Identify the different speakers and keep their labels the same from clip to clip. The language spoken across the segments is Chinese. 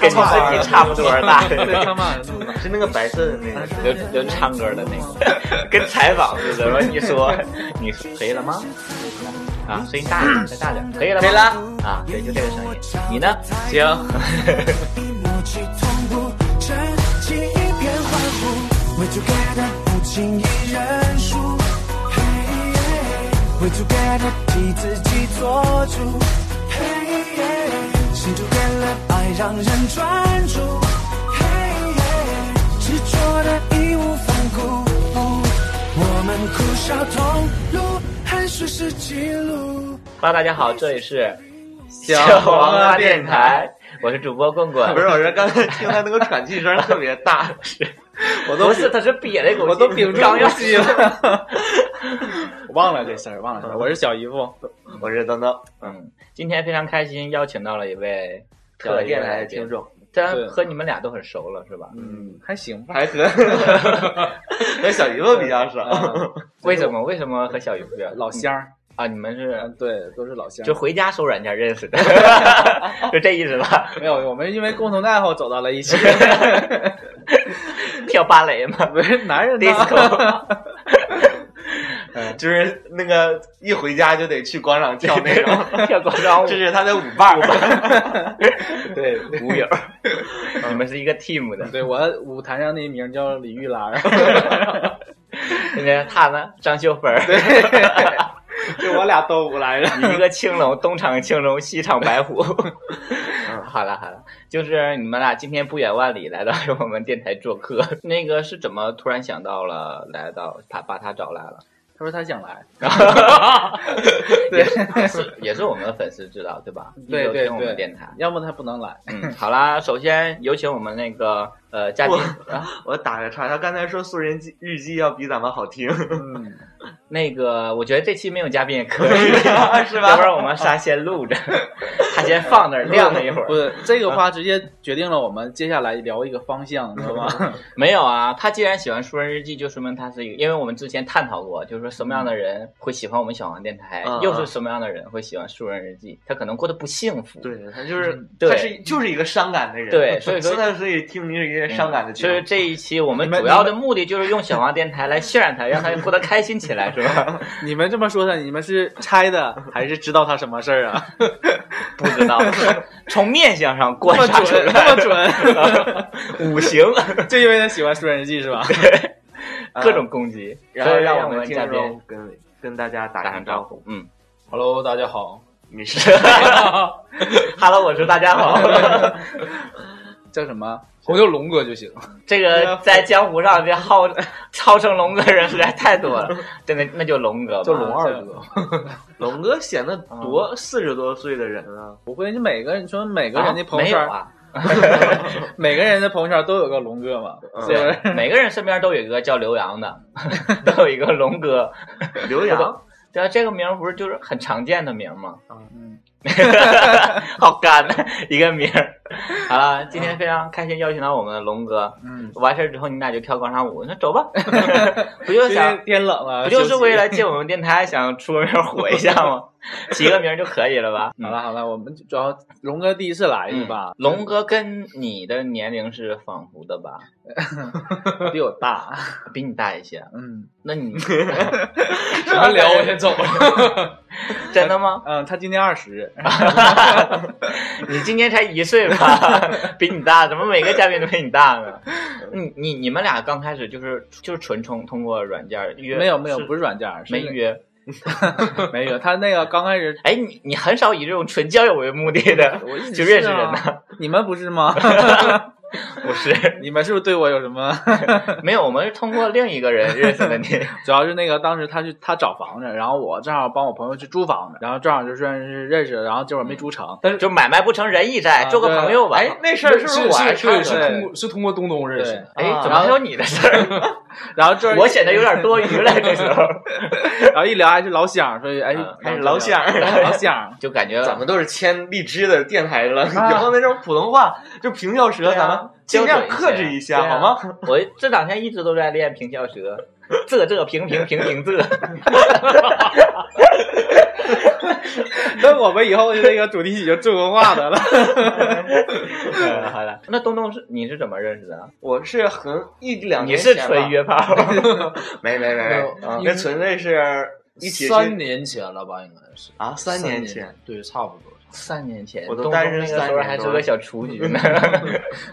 Speaker 1: 跟你自己差不多大，
Speaker 2: 对，他骂人那么 大。
Speaker 1: 是那个白色的那个，
Speaker 2: 对
Speaker 1: 就就唱歌的那个，跟采访似的。然后你 说你可以了吗？啊，声音大一点，再大点，可以了吗？
Speaker 2: 嗯可以了
Speaker 1: 啊，对，就这个声音。你呢？ 行，
Speaker 3: 默契同步，趁机一片欢呼，We together 不轻易认输嘿耶，We together 替自己做主，嘿耶，心就变了，爱让人专注，嘿耶，执着的义无反顾，我们哭笑同路，汗水是记录。
Speaker 1: 哈喽，大家好，这里是
Speaker 2: 小
Speaker 1: 黄
Speaker 2: 黄
Speaker 1: 鸭
Speaker 4: 啊
Speaker 2: 鸭
Speaker 1: 电
Speaker 2: 电
Speaker 1: 台
Speaker 2: 台，
Speaker 1: 我是主播棍棍，
Speaker 2: 不是，我是刚才听他那个喘气 声特别大，我都
Speaker 1: 不是，他是憋了一口气，
Speaker 2: 我都屏住
Speaker 1: 刚要
Speaker 2: 呼吸 了。
Speaker 4: 忘了这事儿，忘了这事儿。我是小姨夫，
Speaker 2: 嗯我是等等，
Speaker 1: 嗯，今天非常开心，邀请到了一位
Speaker 2: 特电台的听，众，
Speaker 1: 但和你们俩都很熟了，是吧？
Speaker 2: 嗯，
Speaker 4: 还行吧。
Speaker 2: 还和和小姨夫比较少，
Speaker 1: 为什么？为什么和小鱼不一样
Speaker 4: 嗯老乡儿，
Speaker 1: 啊？你们
Speaker 4: 嗯
Speaker 1: 是，
Speaker 4: 对，都是老乡儿。
Speaker 1: 就回家搜软件认识 的，就这意思吧？
Speaker 4: 没有，我们因为共同的爱好走到了一 起。
Speaker 1: 跳芭蕾 嘛
Speaker 4: 不是男人呢 嗯
Speaker 1: ，disco，
Speaker 2: 就是那个一回家就得去广场
Speaker 1: 啊
Speaker 2: 跳那种，
Speaker 1: 跳广场舞
Speaker 2: 这，是他的舞伴儿。
Speaker 4: 对
Speaker 1: 舞友， 你们是一个 team 的。
Speaker 4: 对，我舞台上那名叫李玉兰儿，
Speaker 1: 那他呢？张秀芬儿，
Speaker 4: 就我俩都舞来着。
Speaker 1: 你 一个青龙，东厂青龙，西厂白虎。好了好了，就是你们俩今天不远万里来到我们电台做客，那个是怎么突然想到了来到他把他找来了？
Speaker 4: 他说他想 来，
Speaker 1: 也是也是也是我们的粉丝知道对吧？一
Speaker 4: 对
Speaker 1: 直有
Speaker 4: 对
Speaker 1: 听我们
Speaker 4: 对
Speaker 1: 电台。
Speaker 4: 要么他不能来。
Speaker 1: 嗯，好啦，首先有请我们那个呃嘉宾，啊
Speaker 2: 我打个岔，他刚才说《素人日记》要比咱们好听，
Speaker 4: 嗯，
Speaker 1: 那个我觉得这期没有嘉宾也可以，
Speaker 2: 是
Speaker 1: 要不
Speaker 2: 吧？
Speaker 1: 然我们仨先录着，他先放那儿晾了一会
Speaker 4: 不
Speaker 1: 儿。
Speaker 4: 是这个话直接决定了我们接下来聊一个方向，你知道吗？
Speaker 1: 没有啊，他既然喜欢《书人日记》，就说明他是一个，因为我们之前探讨过，就是说什么样的人会喜欢我们小黄电台，
Speaker 2: 嗯
Speaker 1: 又是什么样的人会喜欢《书人日记》，他可能过得不幸福。嗯
Speaker 2: 对他就是，
Speaker 1: 对
Speaker 2: 他是就是一个伤感的人，
Speaker 1: 对所以说
Speaker 2: 他 所以听你是一个
Speaker 1: 嗯。
Speaker 2: 伤感的
Speaker 1: 所
Speaker 2: 节
Speaker 1: 以
Speaker 2: 目，
Speaker 1: 这一期我们
Speaker 4: 你们
Speaker 1: 主要的目的就是用小黄电台来渲染他，让他过得开心起来，是吧？
Speaker 4: 你们这么说的，你们是猜的还是知道他什么事儿 啊？
Speaker 1: 不知道，从面相上观
Speaker 4: 那么
Speaker 1: 察出
Speaker 4: 准，
Speaker 1: 来
Speaker 4: 那么准，
Speaker 1: 五 行
Speaker 4: 就因为他喜欢《书人日记》是吧？
Speaker 1: 各种攻击，
Speaker 2: 然后
Speaker 1: 所以
Speaker 2: 让
Speaker 1: 我
Speaker 2: 们听
Speaker 1: 嘉宾
Speaker 2: 众跟跟大家打
Speaker 1: 打
Speaker 2: 声
Speaker 1: 声
Speaker 2: 招
Speaker 1: 招
Speaker 2: 呼，
Speaker 1: 呼。嗯
Speaker 4: Hello，大家好。
Speaker 2: 没事。
Speaker 1: ，Hello，我是大家好。
Speaker 4: 叫什么？
Speaker 5: 我就龙哥就行。
Speaker 1: 这个
Speaker 4: 啊
Speaker 1: 在江湖上这 号号称龙哥的人实在太多了，真的那就龙哥吧。啊
Speaker 5: 叫龙二哥，
Speaker 2: 龙哥显得
Speaker 1: 嗯
Speaker 2: 多四十多岁的人啊，
Speaker 4: 不会，你每个人，你说每
Speaker 1: 啊
Speaker 4: 个人的朋友
Speaker 1: 没有
Speaker 4: 圈，
Speaker 1: 啊，
Speaker 4: 每个人的朋友圈都有个龙哥嘛，是不是？
Speaker 1: 对，每个人身边都有一个叫刘洋的， 都有一个龙哥。
Speaker 2: 嗯刘洋
Speaker 1: 对啊，这个名儿不是就是很常见的名儿吗？
Speaker 4: 嗯，
Speaker 1: 好干的一个名儿。好了，今天非常开心邀请到我们的龙哥。
Speaker 4: 嗯，
Speaker 1: 完事儿之后你俩就跳广场舞，我说走 吧，不就
Speaker 4: 最
Speaker 1: 想
Speaker 4: 近天冷了，
Speaker 1: 不就是为
Speaker 4: 啊休
Speaker 1: 了借我们电台想出名火一下吗？起个名儿就可以了吧？
Speaker 5: 嗯
Speaker 4: 息？好了好了，我们主要龙哥第一次来是
Speaker 1: 嗯
Speaker 4: 吧？
Speaker 1: 龙哥跟你的年龄是仿佛的 吧？
Speaker 4: 比我 大，
Speaker 1: 比你大一些，
Speaker 4: 嗯
Speaker 1: 那 你
Speaker 5: 什么聊我先走了。
Speaker 1: 真的吗？
Speaker 4: 嗯，他今年二十，
Speaker 1: 你今年才一岁 吧？比你大，怎么每个嘉宾都比你大呢？你
Speaker 4: 嗯
Speaker 1: 你你们俩刚开始就是就是纯通通过软件儿约，
Speaker 4: 没有没有，
Speaker 1: 是
Speaker 4: 不是软件儿，是
Speaker 1: 没约。
Speaker 4: 没有，他那个刚开始。
Speaker 1: 哎，你你很少以这种纯交友为目的的
Speaker 4: 我一
Speaker 1: 就
Speaker 4: 直
Speaker 1: 认识
Speaker 4: 是
Speaker 1: 人
Speaker 4: 啊
Speaker 1: 呢？
Speaker 4: 你们不是 吗？
Speaker 1: 不 是，
Speaker 4: 你们是不是对我有什么？
Speaker 1: 没有，我们是通过另一个人认识的你。
Speaker 4: 主要是那个当时他去他找房子，然后我正好帮我朋友去租房子，然后正好就算是认识了，然后结果没租成。 但是
Speaker 1: 就买卖不成仁义在，
Speaker 4: 啊
Speaker 1: 做个
Speaker 4: 对
Speaker 1: 朋友吧。
Speaker 2: 哎，那事儿是不
Speaker 5: 嗯是
Speaker 2: 我还
Speaker 5: 是
Speaker 2: 看
Speaker 5: 对，
Speaker 2: 过？
Speaker 4: 哎
Speaker 5: 是通过是通过东东认识的。
Speaker 1: 哎，
Speaker 2: 啊
Speaker 1: 怎么还有你的事儿？
Speaker 4: 然后 这
Speaker 1: 我显得有点多余了，这时候
Speaker 4: 然后一聊还是老乡，所以哎
Speaker 1: 嗯，
Speaker 2: 还是老乡儿
Speaker 4: 老 乡，
Speaker 1: 就感觉
Speaker 2: 咱们都是签荔枝的电台了，
Speaker 4: 啊
Speaker 2: 以后那种普通话就平翘舌，
Speaker 1: 对啊
Speaker 2: 咱们尽量克制一下，
Speaker 1: 对啊
Speaker 2: 好吗？
Speaker 1: 我这两天一直都在 练平翘舌，这这平平平平这，
Speaker 4: 那我们以后那个主题曲就中文化 的了。
Speaker 1: 嗯好了，那东东是你是怎么认识的？啊
Speaker 2: 我是很一两
Speaker 1: 你
Speaker 2: 年
Speaker 1: 是
Speaker 2: 前吧
Speaker 1: 纯约 炮？
Speaker 2: 没没没
Speaker 5: 没
Speaker 2: 没
Speaker 5: 有，
Speaker 2: 啊
Speaker 5: 应
Speaker 2: 那纯粹是一起去
Speaker 5: 三年前了吧，应该是
Speaker 2: 啊，三年前，，
Speaker 5: 对，差不多。
Speaker 1: 三年前，
Speaker 2: 我都
Speaker 1: 东东
Speaker 2: 单
Speaker 1: 那
Speaker 2: 身
Speaker 1: 个
Speaker 2: 三
Speaker 1: 时候
Speaker 2: 年
Speaker 1: 还是
Speaker 2: 多
Speaker 1: 个
Speaker 2: 了
Speaker 1: 小雏菊 呢。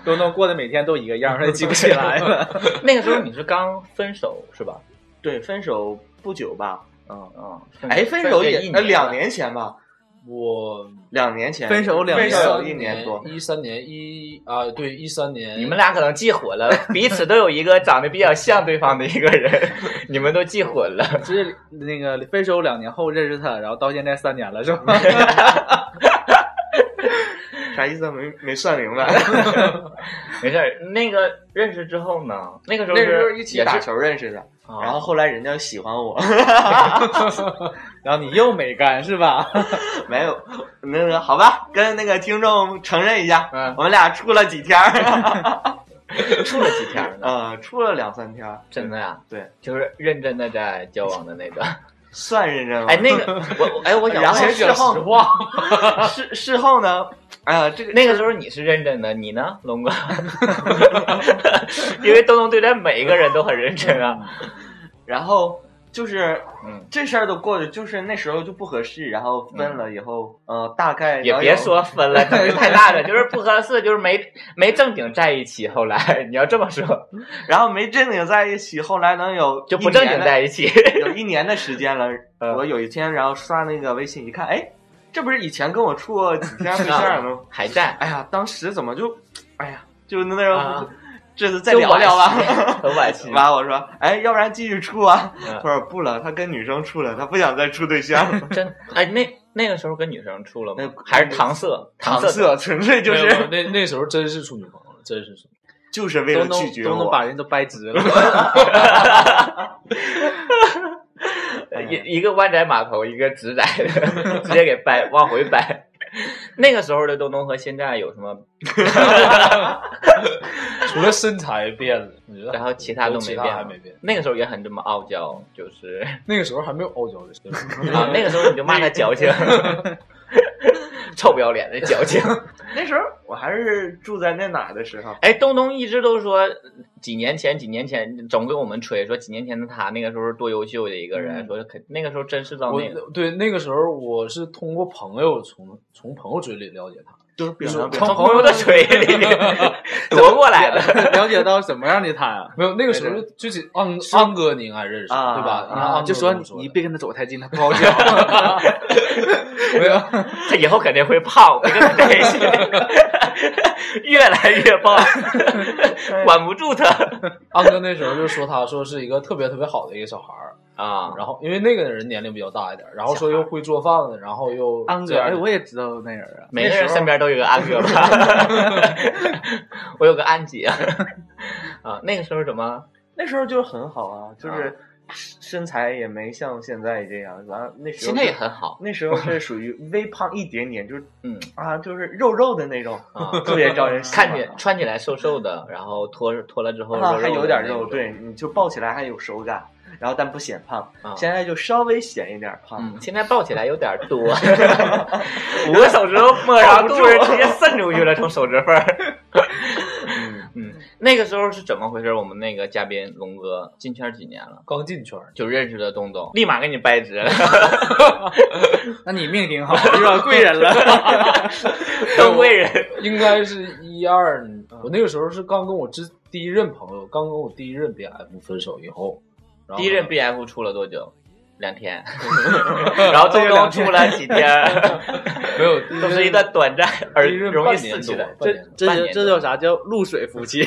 Speaker 4: 东东过的每 天都一个样，
Speaker 2: 嗯
Speaker 4: 他也记不起来了。
Speaker 1: 那个时候你是刚分手是吧？
Speaker 2: 对，分手不久吧，嗯，
Speaker 1: 嗯，
Speaker 2: 哎，分手也
Speaker 1: 一
Speaker 2: 呃
Speaker 1: 年
Speaker 2: 两
Speaker 1: 了
Speaker 2: 年前吧，
Speaker 5: 我
Speaker 2: 两年前嗯
Speaker 4: 分手两
Speaker 2: 分
Speaker 4: 年
Speaker 2: 手
Speaker 5: 13
Speaker 2: 一年 多，
Speaker 5: 一三年一啊，对，一三年
Speaker 1: 你们俩可能记混了，彼此都有一个长得比较像对方的一个人，你们都记混了。
Speaker 4: 就是那个分手两年后认识他，然后到现在三年了，是吧？
Speaker 2: 啥意思啊？没没算明白。
Speaker 1: 没事儿，那个认识之后呢，那个时候
Speaker 2: 那
Speaker 1: 是
Speaker 2: 时候一起
Speaker 1: 也
Speaker 2: 打
Speaker 1: 是，
Speaker 2: 球认识的，
Speaker 1: 啊
Speaker 2: 然后后来人家喜欢我，
Speaker 4: 然后你又没干，是吧？
Speaker 2: 没有那个好吧，跟那个听众承认一下，
Speaker 4: 嗯
Speaker 2: 我们俩处了几天儿，
Speaker 1: 处了几天呢，
Speaker 2: 呃，处了两三天儿，
Speaker 1: 真的呀，
Speaker 2: 对，
Speaker 1: 就是认真的在交往的那个。
Speaker 2: 算认真了。
Speaker 1: 哎，那个我哎，我想
Speaker 2: 然后
Speaker 1: 问
Speaker 2: 事后
Speaker 5: 话，
Speaker 2: 事事后呢，哎呀，这个
Speaker 1: 那个时候你是认真的，你呢，龙哥？ 因为东东对待每一个人都很认真啊。
Speaker 2: 然后就是，
Speaker 1: 嗯
Speaker 2: 这事儿都过去，就是那时候就不合适，然后分了以后，呃，大概
Speaker 1: 也
Speaker 2: 聊
Speaker 1: 别
Speaker 2: 聊
Speaker 1: 说分了，感觉太大 了，就是不合适，就是没没正经在一起。后来你要这么说，
Speaker 2: 然后没正经在一起，后来能有
Speaker 1: 就不正经在嗯
Speaker 2: 一
Speaker 1: 一起。
Speaker 2: 年的有一年的时间了。我有一天，然后刷那个微信一看，哎，这不是以前跟我处过几天对象吗？
Speaker 1: 还在，
Speaker 2: 哎呀，当时怎么就，哎呀，就那种、
Speaker 1: 啊
Speaker 2: 这次再聊聊吧。
Speaker 1: 很惋惜。
Speaker 2: 完，我说，哎，要不然继续处啊？
Speaker 1: 嗯
Speaker 2: 他说不了，他跟女生处了，他不想再处对象 了。
Speaker 1: 真哎，那那个时候跟女生处了吗
Speaker 2: 那？
Speaker 1: 还是搪塞？
Speaker 2: 呃搪
Speaker 1: 塞
Speaker 2: 塞，纯粹就
Speaker 5: 没有
Speaker 2: 是
Speaker 5: 那那时候真是处女朋友了，真是处女
Speaker 2: 就是为了
Speaker 4: 东
Speaker 2: 拒
Speaker 4: 东
Speaker 2: 绝
Speaker 4: 东东
Speaker 2: 我。
Speaker 4: 把人都掰直了。
Speaker 1: 呃
Speaker 5: 嗯
Speaker 1: 一一个湾仔码头，一个直宅的， 直接给掰往回掰。 那个时候的东东和现在有什么？
Speaker 5: 朋友除了身材变了，我觉得
Speaker 1: 然后其他都没
Speaker 5: 其
Speaker 1: 变啊
Speaker 5: 他还没变。
Speaker 1: 那个时候也很这么傲娇， 就是
Speaker 5: 那个时候还没有傲娇的时候，
Speaker 1: 啊，那个时候你就骂他矫 情，臭不要脸的矫情。
Speaker 2: 那时候我还是住在那哪儿的时候，
Speaker 1: 哎，东东一直都说几年前，几年前总给我们吹说几年前的他那个时候是多优秀的一个人，说肯那个时候真是到
Speaker 5: 嗯我
Speaker 1: 那个
Speaker 5: 对那个时候我是通过朋友从从朋友嘴里了解他，
Speaker 2: 就是表扬表
Speaker 5: 从
Speaker 2: 扬。
Speaker 1: 从朋友的嘴里 夺过来的。
Speaker 4: 了解到什么样的他呀？
Speaker 5: 没有那个时候就是安安哥你应该认识
Speaker 2: 啊
Speaker 5: 对吧？
Speaker 2: 啊
Speaker 5: 你看安哥
Speaker 4: 就说
Speaker 5: 跟我
Speaker 4: 你
Speaker 5: 的
Speaker 4: 别跟他走太近，他不 好讲。
Speaker 5: 没有，
Speaker 1: 他 以后肯定会胖，我跟他在一起，越来越胖，管不住他
Speaker 5: 安哥那时候就说他说是一个特别特别好的一个小孩儿，
Speaker 1: 啊。
Speaker 5: 然后因为那个人年龄比较大一点儿，然后说又会做饭，然后又
Speaker 4: 安
Speaker 5: 这
Speaker 4: 哥，
Speaker 5: 样
Speaker 4: 哎，我也知道那人啊。
Speaker 1: 每个人身边都有个安哥 吧，我有个安姐啊。那个时候怎么
Speaker 2: 那时候就很好啊，就是身材也没像现在这样，完了那时候
Speaker 1: 现在也很好
Speaker 2: 那时候是属于微胖一点点，就是
Speaker 1: 嗯
Speaker 2: 啊，就是肉肉的那种，
Speaker 1: 啊？
Speaker 2: 特别招 人喜欢。
Speaker 1: 看起穿起来瘦瘦的，然后脱脱了之后
Speaker 2: 啊，
Speaker 1: 肉
Speaker 2: 还有点
Speaker 1: 肉
Speaker 2: 肉，
Speaker 1: 的
Speaker 2: 对，你就抱起来还有手感，然后但不显胖。
Speaker 1: 那种。啊
Speaker 2: 现在就稍微显一点胖，
Speaker 1: 嗯，现在抱起来有点 多，五个手指头摸上肚子，直接渗出去了，从手指缝儿。 嗯，那个时候是怎么回事？我们那个嘉宾龙哥进圈几年了，
Speaker 5: 刚进圈儿，
Speaker 1: 就认识了东东，立马给你掰直 了。
Speaker 4: 那你命挺好，遇
Speaker 2: 啊
Speaker 4: 到贵人 了。
Speaker 1: 东贵人，
Speaker 5: 应该是一二，我那个时候是刚跟我之第一任朋友，刚跟我第一任 BF 分手以后，然后
Speaker 1: 第一任 BF 出了多久？两 天，然后东东出了几天，
Speaker 5: 没有，第一
Speaker 1: 都是一
Speaker 5: 任
Speaker 1: 段短暂而
Speaker 5: 第一任
Speaker 1: 容易
Speaker 5: 半
Speaker 1: 死
Speaker 5: 年
Speaker 1: 去
Speaker 5: 多，
Speaker 1: 的。
Speaker 5: 半
Speaker 4: 这
Speaker 5: 年多
Speaker 4: 这
Speaker 1: 半
Speaker 4: 就
Speaker 1: 年
Speaker 4: 这叫啥叫露水夫妻？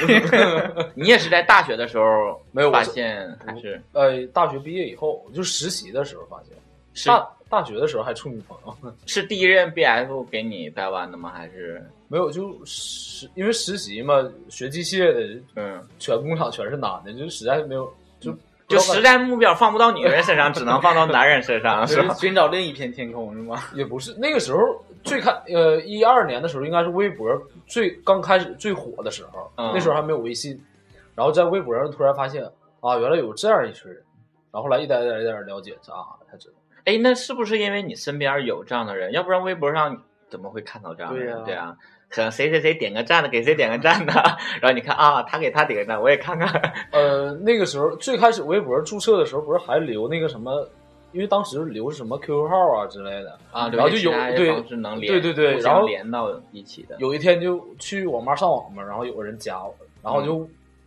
Speaker 1: 你也是在大学的时候
Speaker 5: 没有我
Speaker 1: 发
Speaker 5: 是
Speaker 1: 现还是
Speaker 5: 呃，大学毕业以后，我就实习的时候发现，
Speaker 1: 是
Speaker 5: 大大学的时候还处女朋友，
Speaker 1: 是第一任 BF 给你掰弯的吗？还是
Speaker 5: 没有，就实因为实习嘛，学机械的
Speaker 1: 嗯，
Speaker 5: 全工厂全是男的，就实在没有，就
Speaker 1: 就实在目标放不到女人身上，只能放到男人身 上，是
Speaker 4: 就
Speaker 1: 吧？
Speaker 4: 是 寻找另一片天空是吗？
Speaker 5: 也不是那个时候最开呃一二年的时候，应该是微博最刚开始最火的时候，
Speaker 1: 嗯
Speaker 5: 那时候还没有微信，然后在微博上突然发现啊，原来有这样一群人，然后后来一点一点一点了解啊，才知道。
Speaker 1: 哎，那是不是因为你身边有这样的人？要不然微博上怎么会看到这样的人？对
Speaker 2: 对
Speaker 1: 啊，可能谁谁谁点个赞的，给谁点个赞的，然后你看啊，他给他点个赞，我也看看。
Speaker 5: 呃，那个时候最开始微博注册的时候，不是还留那个什么，因为当时留什么 QQ 号啊之类的。
Speaker 1: 啊，
Speaker 5: 然后就有对
Speaker 1: 是能连，
Speaker 5: 对对对
Speaker 1: 互
Speaker 5: 然
Speaker 1: 相
Speaker 5: 后
Speaker 1: 连到一起的。
Speaker 5: 有一天就去网吧上网嘛，然后有个人加我，然后就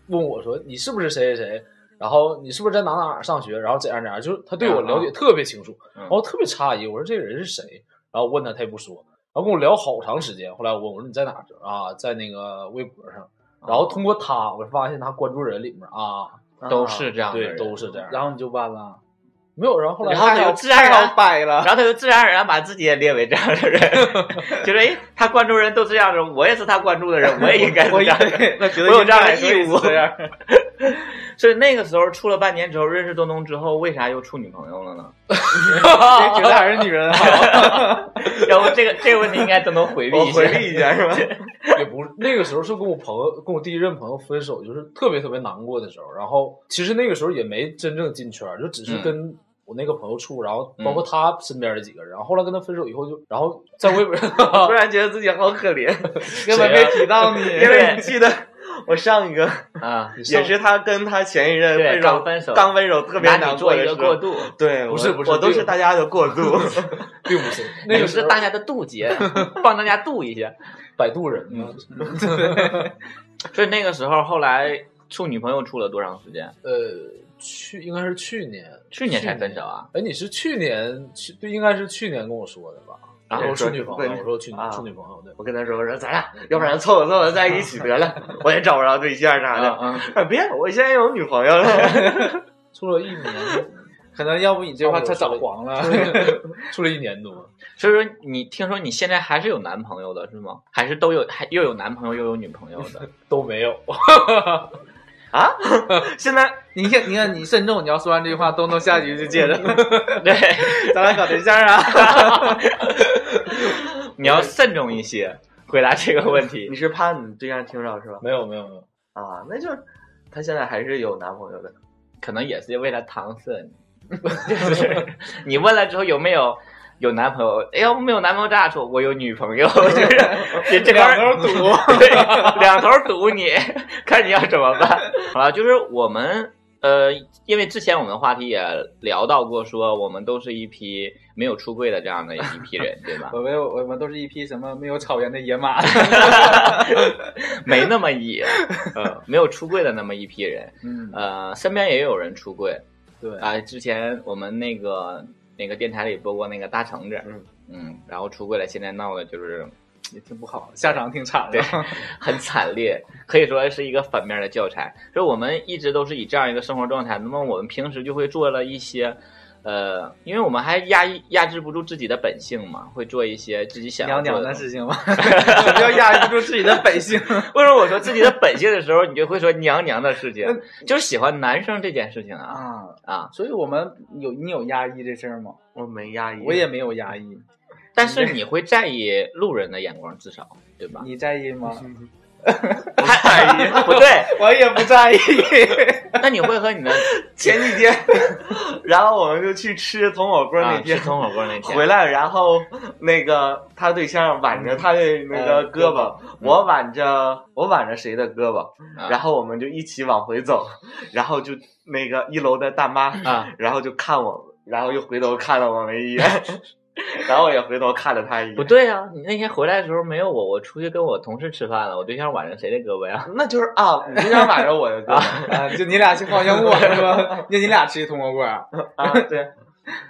Speaker 5: 问我说：“你是不是谁谁谁？”然后你是不是在哪哪哪上学？然后怎样怎样？就是他对我了解特别清楚，
Speaker 1: 嗯
Speaker 5: 然后特别诧异。我说这个人是谁？然后问他，他也不说，然后跟我聊好长时间。后来我问我说你在哪儿啊？在那个微博上。然后通过他，我发现他关注人里面啊，
Speaker 1: 都是这样的
Speaker 5: 对，
Speaker 1: 人，
Speaker 5: 都是这样。
Speaker 4: 然后你就搬了，
Speaker 5: 没有，然后后来
Speaker 1: 然后他就自然而
Speaker 4: 太好
Speaker 1: 然，
Speaker 4: 掰了。
Speaker 1: 然后他就自然而然把自己也列为这样 的人，觉得哎，他关注人都这样的，我也是他关注的 人，我也应该是这 样的人。
Speaker 2: 那觉得
Speaker 1: 我有这样的
Speaker 2: 应该
Speaker 1: 义务
Speaker 2: 是这样，
Speaker 1: 所以那个时候处了半年之后，认识东东之后，为啥又处女朋友了呢？
Speaker 4: 别觉得还是女人好，
Speaker 1: 要不这个这个问题应该东东回避
Speaker 2: 我
Speaker 1: 一下
Speaker 2: 回。避 一下是吧？
Speaker 5: 也不是那个时候是跟我朋友跟我第一任朋友分手，就是特别特别难过的时候。然后其实那个时候也没真正进圈儿，就只是跟我那个朋友处，然后包括他身边的几个人。然后后来跟他分手以后就，然后在微博上
Speaker 2: 突然觉得自己好可怜，
Speaker 4: 根本没提到你。
Speaker 2: 啊 因为你记得我上一个
Speaker 1: 啊，
Speaker 2: 也是他跟他前一任
Speaker 1: 对
Speaker 2: 分手，
Speaker 1: 刚分手
Speaker 2: 刚分手特别
Speaker 1: 拿
Speaker 2: 难
Speaker 1: 你做
Speaker 2: 过
Speaker 1: 一
Speaker 2: 的时
Speaker 1: 个
Speaker 2: 候
Speaker 1: 过。渡，
Speaker 2: 对，
Speaker 5: 不是
Speaker 2: 我
Speaker 5: 不是
Speaker 2: 我都
Speaker 5: 这
Speaker 2: 是
Speaker 5: 个
Speaker 2: 大家的过渡。
Speaker 5: 并不是那
Speaker 1: 你
Speaker 5: 个时
Speaker 1: 是
Speaker 5: 候
Speaker 1: 大家的渡劫， 帮大家渡一下。嗯
Speaker 5: 摆渡人嘛，
Speaker 1: 所以那个时候，后来处女朋友处了多长时间？
Speaker 5: 呃，去应该是去年，
Speaker 1: 去年才分手啊？
Speaker 5: 哎，你是去年去对，应该是去年跟我说的吧？
Speaker 1: 啊
Speaker 5: 我
Speaker 2: 说
Speaker 5: 处女朋
Speaker 2: 分
Speaker 5: 友，我说去
Speaker 2: 啊
Speaker 5: 处女朋友对。
Speaker 2: 我跟他说，我说咱俩要不然凑合凑合在一起得了，我也找不着对象啥的。
Speaker 1: 啊
Speaker 2: 啊 别，我现在有女朋友了。
Speaker 5: 处了一年，
Speaker 4: 可能要不你这话他找黄了。
Speaker 5: 处了一 年多，
Speaker 1: 所以说你听说你现在还是有男朋友的是吗？还是都有，还又有男朋友又有女朋友的？
Speaker 5: 都没有。
Speaker 2: 现在
Speaker 4: 你看，你看，你慎重，你要说完这句话，东东下局就接着，
Speaker 1: 对，
Speaker 4: 咱俩搞对象啊。
Speaker 1: 你要慎重一些回答这个问题
Speaker 2: 你。是怕你对象听着是吧？
Speaker 5: 没有没有没有，
Speaker 2: 啊，那就她现在还是有男朋友的。
Speaker 1: 可能也是为了搪塞 你，就是你问了之后有没有有男朋友？哎，要不没有男朋友，咱俩说我有女朋 友，就是这这块两头 堵，对，两头堵你，看你要怎么办。好了，就是我们呃，因为之前我们话题也聊到过，说我们都是一批没有出柜的这样的一批人，对吧？
Speaker 4: 我们我们都是一匹什么没有草原的野马。
Speaker 1: 没那么野，呃，没有出柜的那么一批人，
Speaker 4: 嗯，
Speaker 1: 呃，身边也有人出柜，
Speaker 4: 对，
Speaker 1: 啊，之前我们那个那个电台里播过那个大橙子，
Speaker 2: 嗯
Speaker 1: 嗯然后出柜了，现在闹的就是
Speaker 4: 也挺不好，下场挺惨 的
Speaker 1: 对。很惨烈， 可以说是一个反面的教材。所以我们一直都是以这样一个生活状态，那么我们平时就会做了一些。呃，因为我们还压抑压制不住自己的本性嘛，会做一些自己想要
Speaker 4: 娘
Speaker 1: 做
Speaker 4: 娘
Speaker 1: 的东
Speaker 4: 的
Speaker 1: 西。
Speaker 4: 事情吗？什 么叫压抑不住自己的本 性？
Speaker 1: 为什么我说自己的本性的时候，你就会说娘娘的事情，
Speaker 2: 嗯
Speaker 1: 就是喜欢男生这件事情啊
Speaker 4: 啊，
Speaker 1: 啊！
Speaker 4: 所以我们有你有压抑这事儿吗？
Speaker 2: 我没压抑，
Speaker 4: 我也没有压抑，
Speaker 1: 但是你会在意路人的眼光，至少对 吧？
Speaker 4: 你在意吗？
Speaker 1: 太 不对，
Speaker 4: 我也不在意。
Speaker 1: 那你会和 你的
Speaker 2: 前几天， 然后我们就去吃铜火锅那
Speaker 1: 啊，
Speaker 2: 天
Speaker 1: 吃。葱火锅那天
Speaker 2: 回来，然后那个他对象挽着他的那个哎胳膊，我挽着我挽着谁的胳膊，
Speaker 1: 啊
Speaker 2: 然后我们就一起往回走，然后就那个一楼的大 妈，
Speaker 1: 啊，
Speaker 2: 然后就看我们，然后又回头看了我们一 眼，然后我也回头看了他一眼，
Speaker 1: 不，对啊，你那天回来的时候没有我，我出去跟我同事吃饭了，我对象挽着谁的胳膊呀？
Speaker 2: 那就是啊，你就想挽着我的胳 膊
Speaker 4: 啊，就你俩去泡香锅啊是吧？ 就你俩吃一铜锅锅。
Speaker 2: 啊，对，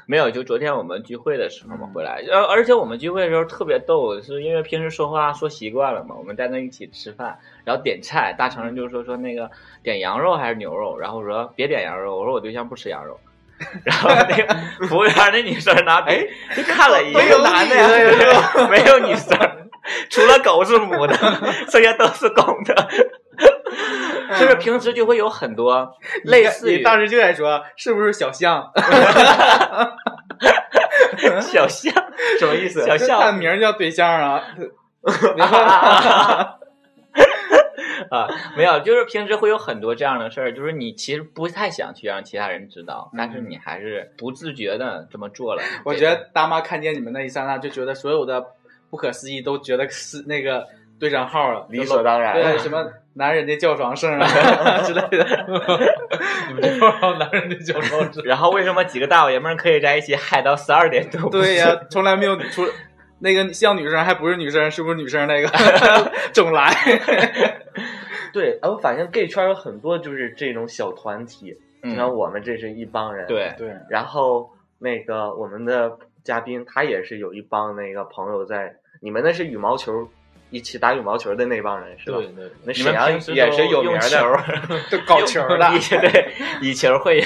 Speaker 1: 没有，就昨天我们聚会的时候
Speaker 2: 嗯
Speaker 1: 嘛，回来，而而且我们聚会的时候特别逗，是因为平时说话说习惯了嘛，我们在那一起吃饭，然后点菜，大成人就说说那个点羊肉还是牛肉，然后我说别点羊肉，我说我对象不吃羊肉。 然后那个服务员那女生拿笔就看了一眼，
Speaker 2: 哎都有男的呀
Speaker 1: 对 没有女生，除了狗是母的，剩下都是公 的。就是平时就会有很
Speaker 2: 嗯
Speaker 1: 多类似于
Speaker 4: 你当时就在说是不是小 象？
Speaker 1: 小象，
Speaker 2: 什么意思？
Speaker 1: 小
Speaker 4: 他
Speaker 1: 象
Speaker 4: 名儿叫对象啊。
Speaker 1: 啊啊，没有，就是平时会有很多这样的事儿，就是你其实不太想去让其他人知道，但是你还是不自觉的这么做了。
Speaker 4: 我觉得大妈看见你们那一刹那，就觉得所有的不可思议都觉得是那个对上号了，
Speaker 2: 理所当然。
Speaker 4: 对什么男人的叫床声 啊之类的，
Speaker 5: 你们这帮男人的脚招
Speaker 1: 这
Speaker 5: 是
Speaker 1: 个然后为什么几个大老爷们儿可以在一起嗨到十二点多？
Speaker 4: 对呀、 从来没有出那个像女生还不是女生，是不是女生 那个总来？
Speaker 2: 对，哎，我发现 gay 圈有很多就是这种小团体，你看
Speaker 1: 嗯，
Speaker 2: 我们这是一帮人，，
Speaker 1: 对，
Speaker 4: 对，
Speaker 2: 然后那个我们的嘉宾他也是有一帮那个朋友在，你们那是羽毛球，一起打羽毛球的那帮人是吧？
Speaker 5: 对对，
Speaker 2: 那
Speaker 1: 你
Speaker 2: 沈
Speaker 1: 们
Speaker 2: 阳
Speaker 1: 平时
Speaker 2: 也是有名
Speaker 1: 用球
Speaker 2: 的，
Speaker 1: 儿，
Speaker 4: 就搞球儿的
Speaker 1: 以。对，以球会友，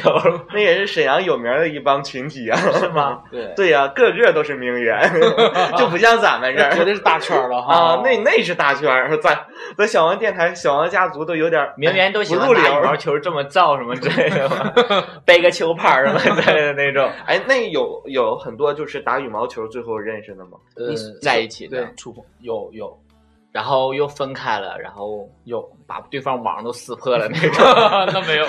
Speaker 2: 那也是沈阳有名的一帮群体啊，是 吗？
Speaker 4: 对，
Speaker 2: 对呀、个个都是名媛， 就不像咱们这
Speaker 4: 绝
Speaker 2: 儿啊
Speaker 4: 对是大圈儿了 哈。
Speaker 1: 哦
Speaker 2: 啊，那那是大圈儿，咱咱小王电台、小王家族都有点儿哎
Speaker 1: 名媛都喜欢
Speaker 2: 不入
Speaker 1: 打
Speaker 2: 流
Speaker 1: 羽毛球这么造什么之类的吗，背个球拍儿什么之类的那种，
Speaker 2: 哎，那有有很多就是打羽毛球最后认识的吗？
Speaker 5: 呃，
Speaker 1: 在一起的
Speaker 5: 对，触碰有有
Speaker 1: 然后又分开了，然后
Speaker 5: 有，
Speaker 1: 把对方网都撕破了那种。
Speaker 5: 那没有，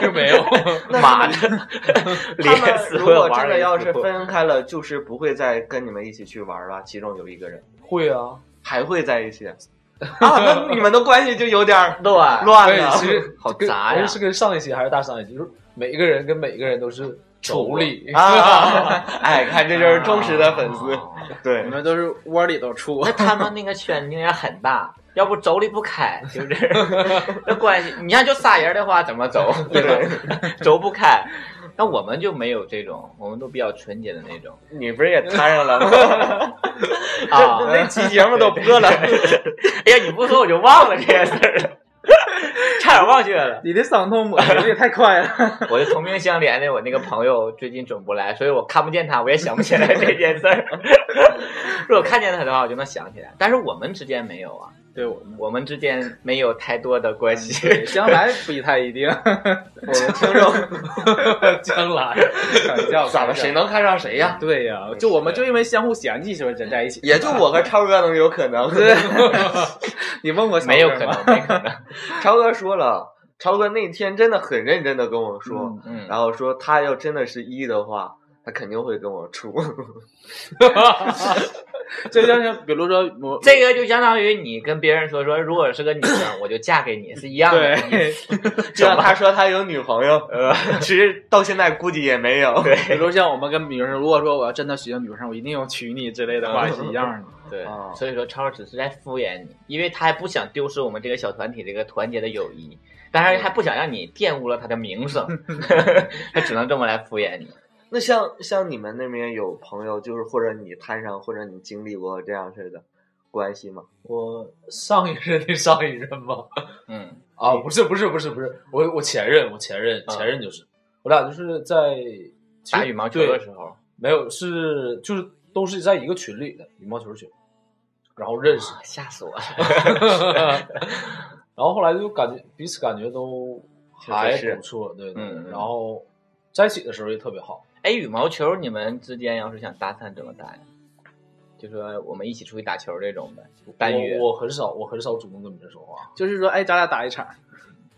Speaker 5: 并没有，
Speaker 1: 妈的，
Speaker 2: 他
Speaker 1: 脸
Speaker 2: 们
Speaker 1: 撕
Speaker 2: 如
Speaker 1: 破
Speaker 2: 果
Speaker 1: 玩
Speaker 2: 真
Speaker 1: 儿
Speaker 2: 的
Speaker 1: 也
Speaker 2: 要
Speaker 1: 撕
Speaker 2: 是
Speaker 1: 破
Speaker 2: 分开了，就是不会再跟你们一起去玩了。其中有一个人
Speaker 5: 会啊，
Speaker 2: 还会在一起啊，那你们的关系就有点儿
Speaker 1: 乱，
Speaker 2: 乱
Speaker 5: 对
Speaker 2: 了，。
Speaker 5: 其 实
Speaker 1: 哎好
Speaker 5: 啊跟
Speaker 1: 杂
Speaker 5: 无
Speaker 1: 呀
Speaker 5: 论是跟上一期还是大上一期，就是每一个人跟每一个人都是
Speaker 1: 处
Speaker 5: 处理
Speaker 2: 啊， 哎，看这就是忠实的粉丝，对
Speaker 4: 啊你，们都是窝里头出
Speaker 1: 哦那。他们那个圈应该很大，要不走离不开，是不是？ 那关系，你看就仨人的话怎么走， 对吧？走不开。那我们就没有这种，我们都比较纯洁的那种
Speaker 2: 你不是也摊上了 吗？
Speaker 1: 啊。
Speaker 2: 那期节目都播 了，
Speaker 1: 哎呀，你不说我就忘了这件事儿了， 差点忘却了。
Speaker 4: 你的伤痛抹去的也太快 了，
Speaker 1: 我的同病相怜的我那个朋友最近总不来，所以我看不见他，我也想不起来这件事儿。 如果看见他的话，我就能想起来。但是我们之间没有啊，
Speaker 4: 对我们
Speaker 1: 我们之间没有太多的关
Speaker 2: 嗯
Speaker 1: 系。
Speaker 4: 对将来不太一定。
Speaker 2: 我们听众
Speaker 5: 将来。
Speaker 4: 开玩笑
Speaker 2: 咋了？谁？能看上谁呀？
Speaker 4: 对呀、就我们就因为相互嫌弃，所以才在一起。
Speaker 2: 也就我和超哥能有可能。
Speaker 4: 对，你问过小
Speaker 1: 没有
Speaker 4: 哥
Speaker 1: 可
Speaker 4: 吗
Speaker 1: 能，没可能。
Speaker 2: 超哥说了，超哥那天真的很认真的跟我说，
Speaker 4: 嗯
Speaker 1: 嗯，
Speaker 2: 然后说他要真的是一的话，他肯定会跟我处。
Speaker 4: 就像是比如说我
Speaker 1: 这个就相当于你跟别人说说，如果是个女生，我就嫁给你，是一样的。
Speaker 4: 对，
Speaker 2: 就像他说他有女朋友， 其实到现在估计也没有。
Speaker 1: 对
Speaker 4: 比如像 我们跟女生，如果说我要真的喜欢女生，我一定要娶你之类的话是一样的。
Speaker 1: 对
Speaker 2: 哦，
Speaker 5: 啊
Speaker 1: 所以说超只是在敷衍你，因为他还不想丢失我们这个小团体这个团结的友谊，但是还不想让你玷污了他的名 声，他只能这么来敷衍你。
Speaker 2: 那像像你们那边有朋友，就是或者你摊上，或者你经历过这样式的关系吗？
Speaker 5: 我上一任的上一任吗？
Speaker 1: 嗯
Speaker 5: 啊，不是不是不是不是，我我前任，我前任前任就是，我俩就是在其实
Speaker 1: 啊打羽毛球的
Speaker 5: 对
Speaker 1: 时候，
Speaker 5: 没有是就是都是在一个群里的羽毛球群，然后认识，
Speaker 1: 哇吓死我了。
Speaker 5: 然后后来就感觉彼此感觉都还不错，对对，
Speaker 1: 嗯嗯
Speaker 5: 然后在一起的时候也特别好，
Speaker 1: 哎，羽毛球你们之间要是想搭讪怎么搭呀？就说我们一起出去打球这种呗，单约
Speaker 5: 我我很少我很少主动跟别人说话，
Speaker 4: 就是说，哎，咱俩打一场，
Speaker 1: 啊。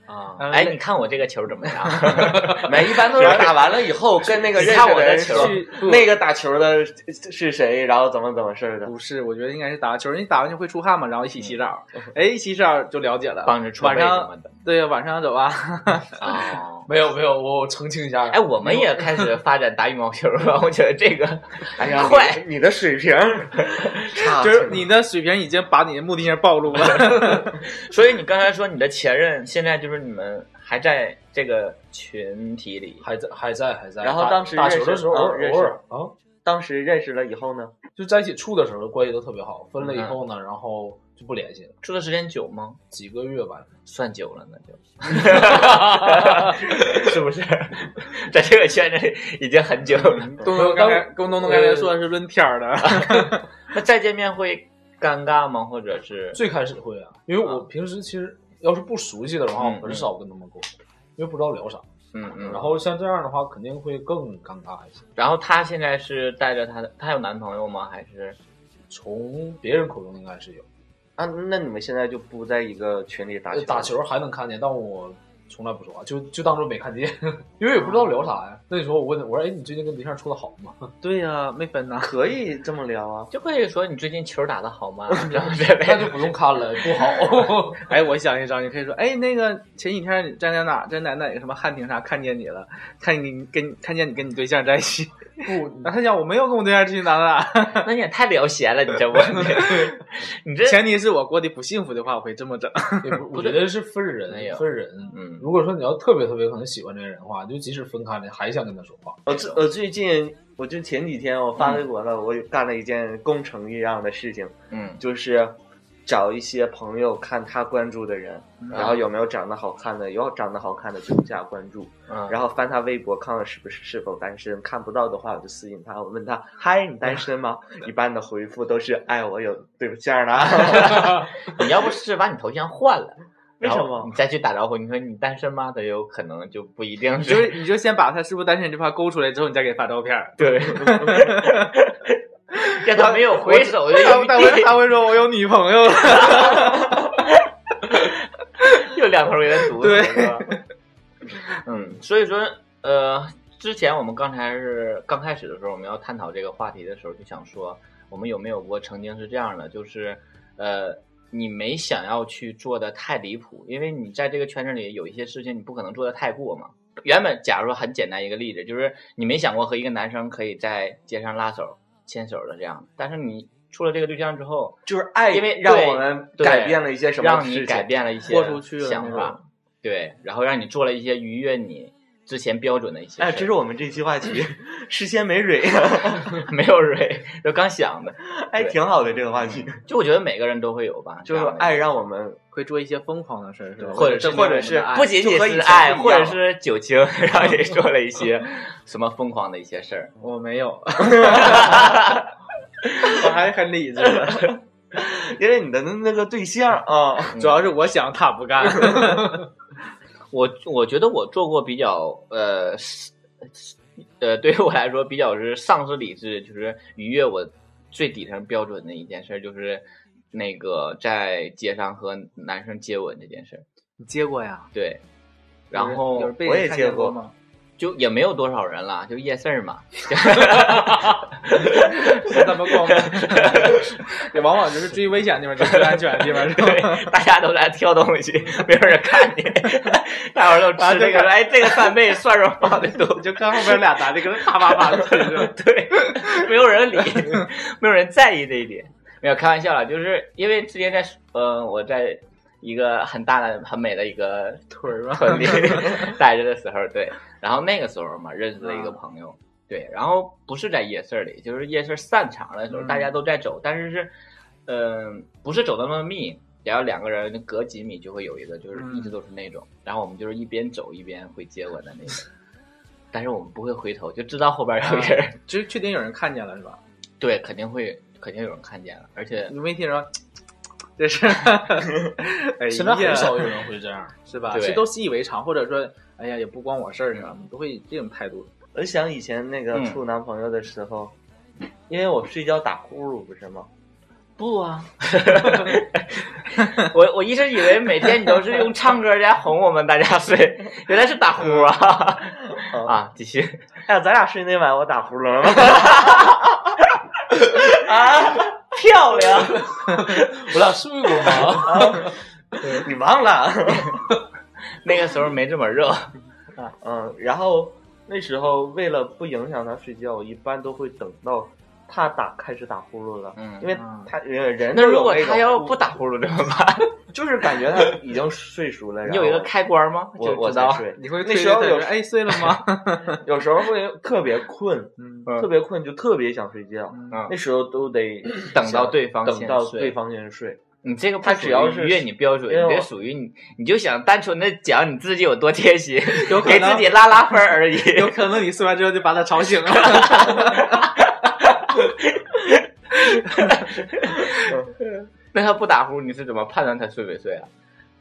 Speaker 5: 呃
Speaker 4: 嗯
Speaker 1: 哎，
Speaker 4: 那
Speaker 1: 你看我这个球怎么样？
Speaker 2: 没，一般都是打完了以后跟那个认识人说
Speaker 4: 去
Speaker 2: 那个打球的是谁，然后怎么怎么事儿的。
Speaker 4: 不是，我觉得应该是打完球，你打完球会出汗嘛，然后一起洗澡，哎，一洗澡就了解了。
Speaker 1: 帮着穿
Speaker 4: 晚
Speaker 1: 备什
Speaker 4: 上
Speaker 1: 么的
Speaker 4: 对，晚上走啊，
Speaker 1: 啊。
Speaker 5: 没有没有，我我澄清一下，
Speaker 1: 哎，我们也开始发展打羽毛球了，我觉得这个
Speaker 2: 哎呀，
Speaker 1: 快
Speaker 2: 你你的水平差
Speaker 4: 就
Speaker 2: 劲
Speaker 4: 啊是
Speaker 2: 了，
Speaker 4: 你的水平已经把你的目的性暴露 了。
Speaker 1: 所以你刚才说你的前任现在就是你们还在这个群体里，
Speaker 5: 还在还在还在，
Speaker 2: 然后
Speaker 5: 打
Speaker 2: 当时
Speaker 5: 打
Speaker 2: 认
Speaker 5: 球的
Speaker 2: 识
Speaker 5: 时候
Speaker 2: 啊
Speaker 5: 偶尔
Speaker 2: 认
Speaker 5: 偶
Speaker 2: 识
Speaker 5: 尔啊。
Speaker 2: 当时认识了以后呢？
Speaker 5: 就在一起处的时候关系都特别好，分了以
Speaker 1: 嗯
Speaker 5: 后呢，然后就不联系了，
Speaker 1: 住的时间久吗？
Speaker 5: 几个月吧。
Speaker 1: 算久了， 那就，是不 是？在这个圈子里已经很久了。
Speaker 4: 东东刚才跟东东刚才说的是论天儿的，
Speaker 1: 那再见面会尴尬吗？或者是
Speaker 5: 最开始会啊，因为我平时其实要是不熟悉的话，
Speaker 1: 嗯
Speaker 5: 我很少跟他们沟通，因为不知道聊啥。
Speaker 1: 嗯嗯，
Speaker 5: 然后像这样的话，肯定会更尴尬一些。
Speaker 1: 然后她现在是带着她的，她有男朋友吗？还是
Speaker 5: 从别人口中应该是有，呃
Speaker 2: 啊，那你们现在就不在一个群里打球？
Speaker 5: 打球还能看见，但我从来不说话，就就当做没看见， 因为也不知道聊啥呀。那时候我问他，我说：“哎，你最近跟对象处的好吗
Speaker 4: 对呀、没分呐。
Speaker 2: 可以这么聊啊？
Speaker 1: 就可以说你最近球打得好 吗？然后这？”
Speaker 5: 那就不用看 了，不好。
Speaker 4: 哎，我想一招，你可以说，哎，那个前几天你在哪哪，在哪哪个什么汉庭啥看见你了，看你跟看见你跟你对象在一起，
Speaker 5: 不，
Speaker 4: 然后他讲我没有跟我对象去哪啊 哪哪，
Speaker 1: 那你也太聊闲了，你这不， 你这
Speaker 4: 前提是我过得不幸福的话，我会这 么整。
Speaker 5: 也 不我觉得是分
Speaker 1: 哎呀
Speaker 5: 人，分人。
Speaker 1: 嗯，
Speaker 5: 如果说你要特别特别可能喜欢这个人的话，就即使分开了，还想跟他说话。
Speaker 2: 我最我最近，我就前几天我发微博了，我干了一件工程一样的事情，
Speaker 1: 嗯
Speaker 2: 就是找一些朋友看他关注的人，
Speaker 1: 嗯
Speaker 2: 然后有没有长得好看的，有长得好看的就加关注，
Speaker 1: 嗯，
Speaker 2: 然后翻他微博，看看是不是是否单身，看不到的话我就私信他，我问他嗨你单身吗？ 一般的回复都是哎我有对象了，
Speaker 1: 你要不试着把你头像换了，
Speaker 2: 为什么
Speaker 1: 然后你再去打招呼，你说你单身吗？他有可能就不一定。
Speaker 4: 你就是你就先把他是不是单身这块勾出来之后，你再给他发照片儿。
Speaker 1: 对，让他没有回首就
Speaker 4: 他
Speaker 1: 有
Speaker 4: 会他会
Speaker 1: 一
Speaker 4: 他会说我有女朋友了，
Speaker 1: 又两头给他堵死
Speaker 4: 对
Speaker 1: 了是吧。嗯，所以说，呃，之前我们刚才是刚开始的时候，我们要探讨这个话题的时候，就想说，我们有没有过曾经是这样的，就是，呃，你没想要去做的太离谱，因为你在这个圈子里有一些事情你不可能做的太过嘛。原本假如说很简单一个例子，就是你没想过和一个男生可以在街上拉手、牵手的这样，但是你处了这个对象之后，
Speaker 2: 就是爱
Speaker 1: 因为
Speaker 2: 让
Speaker 1: 对
Speaker 2: 我们
Speaker 1: 对
Speaker 2: 改变了一些什么
Speaker 1: 让
Speaker 2: 事
Speaker 1: 你
Speaker 2: 情，
Speaker 1: 改变了一些
Speaker 4: 豁出去了
Speaker 1: 想
Speaker 4: 那
Speaker 1: 法，对，然后让你做了一些逾越你之前标准的一些事儿。
Speaker 2: 哎，这是我们这期话题， 事先没蕊，
Speaker 1: 没有蕊，就刚想的。
Speaker 2: 哎，挺好的这个话题，
Speaker 1: 就我觉得每个人都会有吧，
Speaker 2: 就是
Speaker 1: 这样的
Speaker 2: 爱让我们
Speaker 4: 会做一些疯狂的事儿，是吧？
Speaker 1: 或者是
Speaker 2: 或者是
Speaker 1: 不仅仅
Speaker 2: 就和以
Speaker 1: 是
Speaker 2: 前
Speaker 1: 爱，
Speaker 2: 不一
Speaker 1: 或
Speaker 2: 样
Speaker 1: 者是酒精，让你做了一些什么疯狂的一些事儿。
Speaker 4: 我没有， 我还很理 智的，
Speaker 2: 因为你的那个对象啊，
Speaker 1: 嗯
Speaker 4: 主要是我想他不干。
Speaker 1: 我我觉得我做过比较呃是呃，对于我来说比较是丧失理智，就是逾越我最底层标准的一件事儿，就是那个在街上和男生接吻这件事儿。
Speaker 4: 你接过呀？
Speaker 1: 对，然
Speaker 4: 有人有
Speaker 1: 后
Speaker 4: 人被
Speaker 2: 我
Speaker 4: 人
Speaker 2: 也
Speaker 4: 看
Speaker 2: 接
Speaker 4: 见
Speaker 2: 过
Speaker 4: 吗？
Speaker 1: 就也没有多少人了，就夜市儿嘛。
Speaker 4: 是咱们逛吗？也往往就是最危险的地方，就是最安全的地方，是 吧？
Speaker 1: 对，大家都来挑东西，没有人看你， 大伙儿都
Speaker 4: 啊
Speaker 1: 吃
Speaker 4: 对
Speaker 1: 这个，
Speaker 4: 看
Speaker 1: 哎，这个扇贝蒜蓉放的多，
Speaker 4: 就看后边俩男的搁那啪啪啪的，是吧
Speaker 1: 对，没有人理，没有人在意这一点。没有开玩笑了，就是因为之前在呃，我在一个很大的、很美的一个
Speaker 4: 腿儿吧。
Speaker 1: 村里待着的时候，对，然后那个时候嘛，认识了一个
Speaker 4: 嗯
Speaker 1: 朋友，对，然后不是在夜市里，就是夜市散场的时候，
Speaker 4: 嗯
Speaker 1: 大家都在走，但是是，嗯、不是走那么密，然后两个人隔几米就会有一个，就是
Speaker 4: 嗯
Speaker 1: 一直都是那种，然后我们就是一边走一边会接吻的那种，但是我们不会回头，就知道后边有人，
Speaker 4: 就确定有人看见了是吧？
Speaker 1: 对，肯定会，肯定有人看见了，而且
Speaker 4: 你没听着？这是，哎
Speaker 5: 现在
Speaker 4: 呀
Speaker 5: 很少有人会这 样。
Speaker 4: 是吧？
Speaker 1: 对
Speaker 4: 这都习以为常，或者说，哎呀，也不关我事儿是吧？都会以这种态度。
Speaker 2: 我想以前那个
Speaker 1: 嗯
Speaker 2: 处男朋友的时候，因为我睡觉打呼噜不是吗？
Speaker 1: 不啊，我我一直以为每天你都是用唱歌来哄我们大家睡，原来是打呼啊
Speaker 4: 嗯
Speaker 1: 啊！继续，
Speaker 2: 哎呀，咱俩睡那晚我打呼噜了吗？
Speaker 1: 漂亮，
Speaker 5: 我俩睡过吗？
Speaker 2: 你忘了？
Speaker 1: 那个时候没这么热，
Speaker 2: 嗯，然后那时候为了不影响他睡觉，我一般都会等到他打开始打呼噜了，
Speaker 1: 嗯
Speaker 2: 因为他人
Speaker 1: 那
Speaker 2: 都
Speaker 1: 如
Speaker 2: 有
Speaker 1: 果
Speaker 2: 那
Speaker 1: 他
Speaker 2: 种
Speaker 1: 要不打呼噜怎么办？
Speaker 2: 就是感觉他已经睡熟了，
Speaker 1: 你有一个
Speaker 2: 然后
Speaker 1: 开关 吗？
Speaker 2: 我
Speaker 1: 就
Speaker 2: 我
Speaker 1: 知道
Speaker 2: 才，睡，
Speaker 4: 你会推
Speaker 2: 那时候
Speaker 4: 推
Speaker 2: 有
Speaker 4: 推哎睡了吗？
Speaker 2: 有时候会特别困，
Speaker 4: 嗯
Speaker 1: 嗯
Speaker 2: 特别困就特别想睡觉，
Speaker 1: 嗯，
Speaker 2: 那时候都得
Speaker 1: 等到对方
Speaker 2: 等
Speaker 1: 先
Speaker 2: 到
Speaker 1: 睡
Speaker 2: 对方 先睡。
Speaker 1: 你这个不
Speaker 2: 他
Speaker 1: 属
Speaker 2: 只要
Speaker 1: 于
Speaker 2: 是
Speaker 1: 逾越你标准，
Speaker 2: 因为
Speaker 1: 你这
Speaker 2: 我
Speaker 1: 属于你，你就想单纯的讲你自己有多贴心，给
Speaker 4: 能
Speaker 1: 自己拉拉分儿而已。
Speaker 4: 有可能你睡完之后就把他吵醒了。
Speaker 1: 那他不打呼，你是怎么判断他睡没睡啊？